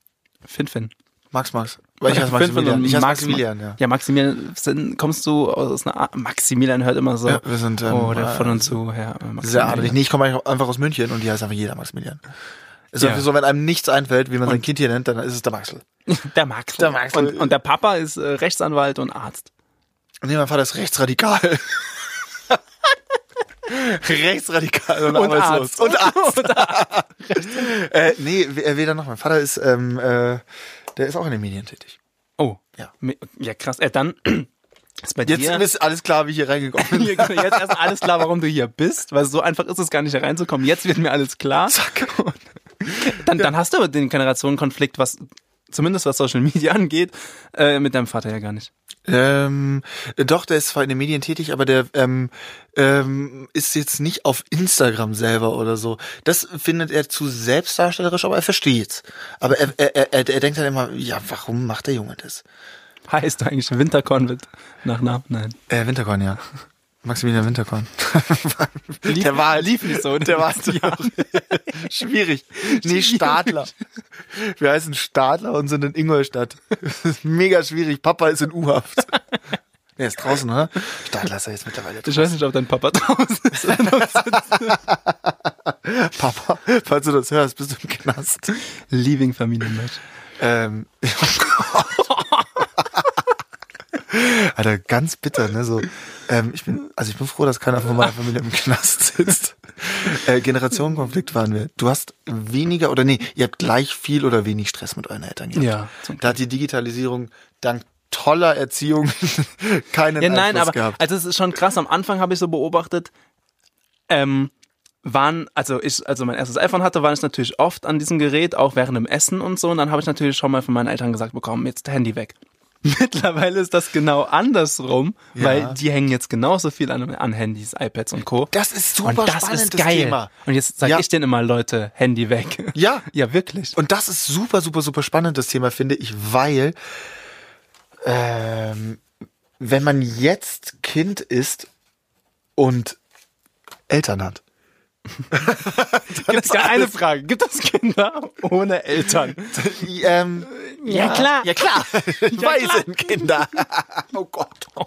Finn, Finn.
Max, Max. Weil ich heiße
Finn, Finn
Maximilian.
und
Ich heiße
Max-
Maximilian, ja.
Ja, Maximilian, sind, kommst du aus einer Art, Maximilian hört immer so.
Ja, wir sind, ähm,
oh, der
äh,
von und zu, ja.
Sehr
Maximilian.
adelig. Nee, ich komme einfach aus München und die heißt einfach jeder Maximilian. Ist
Ja.
einfach so, wenn einem nichts einfällt, wie man sein Kind hier nennt, dann ist es der Maxel.
Der Max.
Der Max.
Und, und der Papa ist äh, Rechtsanwalt und Arzt.
Nee, mein Vater ist rechtsradikal. rechtsradikal und,
Und
arbeitslos.
Arzt.
Und Arzt. äh, nee, we- weder noch. Mein Vater ist, ähm, äh, der ist auch in den Medien tätig.
Oh.
Ja.
Mi- Ja, krass. Äh, dann ist bei
Jetzt
dir.
ist alles klar, wie ich hier reingekommen bin.
Hier, jetzt erst alles klar, warum du hier bist, weil so einfach ist es gar nicht hier reinzukommen. Jetzt wird mir alles klar.
Zack.
Dann, dann hast du aber den Generationenkonflikt, was zumindest was Social Media angeht, äh, mit deinem Vater ja gar nicht.
Ähm, doch, der ist zwar in den Medien tätig, aber der ähm, ähm, ist jetzt nicht auf Instagram selber oder so. Das findet er zu selbstdarstellerisch, aber er versteht's. Aber er, er, er, er, er denkt dann immer, ja, warum macht der Junge das?
Heißt eigentlich Winterkorn mit nach Namen? Nein.
Äh, Winterkorn, ja. Maximilian Winterkorn. der war halt,
lief nicht so in
Der war
den
halt schwierig. Nee, Stadler. Wir heißen Stadler und sind in Ingolstadt. Das ist mega schwierig. Papa ist in U-Haft. Er ist draußen, oder? Stadler ist er jetzt mittlerweile
Ich weiß nicht, ob dein Papa draußen ist.
Papa, falls du das hörst, bist du im Knast.
Leaving Familienmatch.
Ähm. Alter, ganz bitter, ne? So, ähm, ich bin, also ich bin froh, dass keiner von meiner Familie im Knast sitzt. Äh, Generationenkonflikt waren wir. Du hast weniger oder nee, ihr habt gleich viel oder wenig Stress mit euren Eltern gehabt.
Ja, zum
Da hat die Digitalisierung dank toller Erziehung keinen
Ja, nein,
Einfluss
aber
gehabt.
also es ist schon krass. Am Anfang habe ich so beobachtet, ähm, waren, also ich, also mein erstes iPhone hatte, war ich natürlich oft an diesem Gerät, auch während dem Essen und so. Und dann habe ich natürlich schon mal von meinen Eltern gesagt bekommen, jetzt Handy weg. Mittlerweile ist das genau andersrum, weil die hängen jetzt genauso viel an, an Handys, iPads und Co.
Das ist super
und das
spannend,
ist
das
geil.
Thema.
Und jetzt sage
Ja.
ich denen immer, Leute, Handy weg.
Ja.
Ja, wirklich.
Und das ist super, super, super spannend, das Thema, finde ich, weil ähm, wenn man jetzt Kind ist und Eltern hat.
Gibt es eine Frage. Gibt es Kinder ohne Eltern?
Ähm,
Ja, klar.
Ja, klar. Waisenkinder. oh Gott. Oh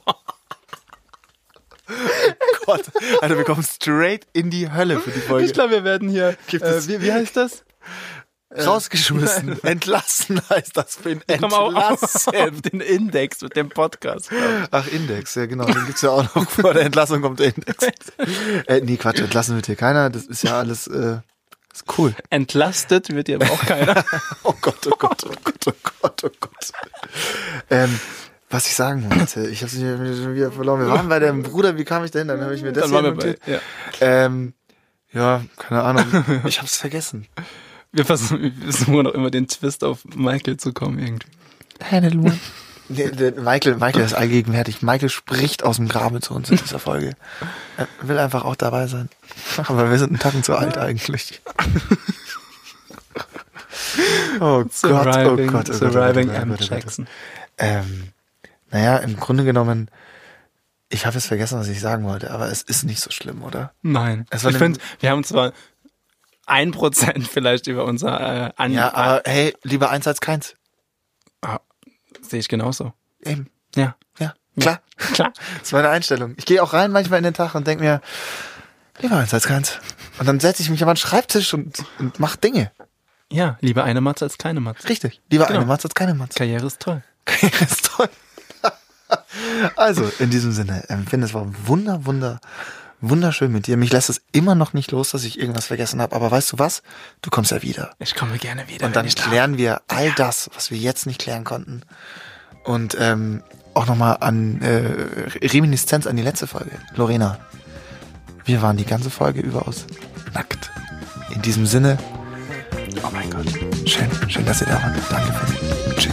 Gott. Alter, wir kommen straight in die Hölle für die Folge.
Ich glaube, wir werden hier.
Gibt
äh,
es-
wie, wie heißt das?
Rausgeschmissen. Entlassen heißt das. Bin
Komm auch auf,
entlassen.
auf den Index mit dem Podcast.
Ach, Index, ja genau, den gibt's ja auch noch. Vor der Entlassung kommt der Index. Äh, nee, Quatsch, entlassen wird hier keiner. Das ist ja alles äh, ist cool.
Entlastet wird hier aber auch keiner.
Oh Gott, oh Gott, oh Gott, oh Gott, oh Gott. Ähm, was ich sagen wollte, ich habe es schon wieder verloren. Wir waren bei deinem Bruder, wie kam ich dahin? Dann habe ich mir das
Dann waren
hier
wir bei.
notiert.
Ja.
Ähm, ja, keine Ahnung. Ich habe es vergessen.
Wir versuchen, wir versuchen noch immer den Twist auf Michael zu kommen irgendwie.
Nee, der Michael, Michael ist allgegenwärtig. Michael spricht aus dem Graben zu uns in dieser Folge. Er will einfach auch dabei sein. Aber wir sind einen Tacken zu alt eigentlich. Oh Gott, oh Gott, oh
Surviving,
Gott. oh Gott, oh
surviving
Gott, oh
M.
Gott, oh Gott.
Jackson.
Ähm, naja, im Grunde genommen, ich habe jetzt vergessen, was ich sagen wollte, aber es ist nicht so schlimm, oder?
Nein.
Es war
ich
eine-
finde, wir haben zwar ein Prozent vielleicht über unser äh, An.
Ja, aber hey, lieber eins als keins.
Ah, Sehe ich genauso.
Eben,
Ja.
ja, klar.
Klar.
Das ist meine Einstellung. Ich gehe auch rein manchmal in den Tag und denke mir, lieber eins als keins. Und dann setze ich mich an meinen Schreibtisch und, und mache Dinge.
Ja, lieber eine Matze als keine Matze.
Richtig. Lieber
Genau.
eine Matz als keine Matz.
Karriere ist toll.
ist toll. Also, in diesem Sinne, ähm, finde es war wunder, wunder, wunderschön mit dir. Mich lässt es immer noch nicht los, dass ich irgendwas vergessen habe. Aber weißt du was? Du kommst ja wieder.
Ich komme gerne wieder.
Und dann
wenn ich darf.
klären wir all das, was wir jetzt nicht klären konnten. Und ähm, auch nochmal an äh, Reminiszenz an die letzte Folge. Lorena, wir waren die ganze Folge überaus nackt. In diesem Sinne, oh mein Gott, schön, schön, dass ihr da wart. Danke für Tschüss.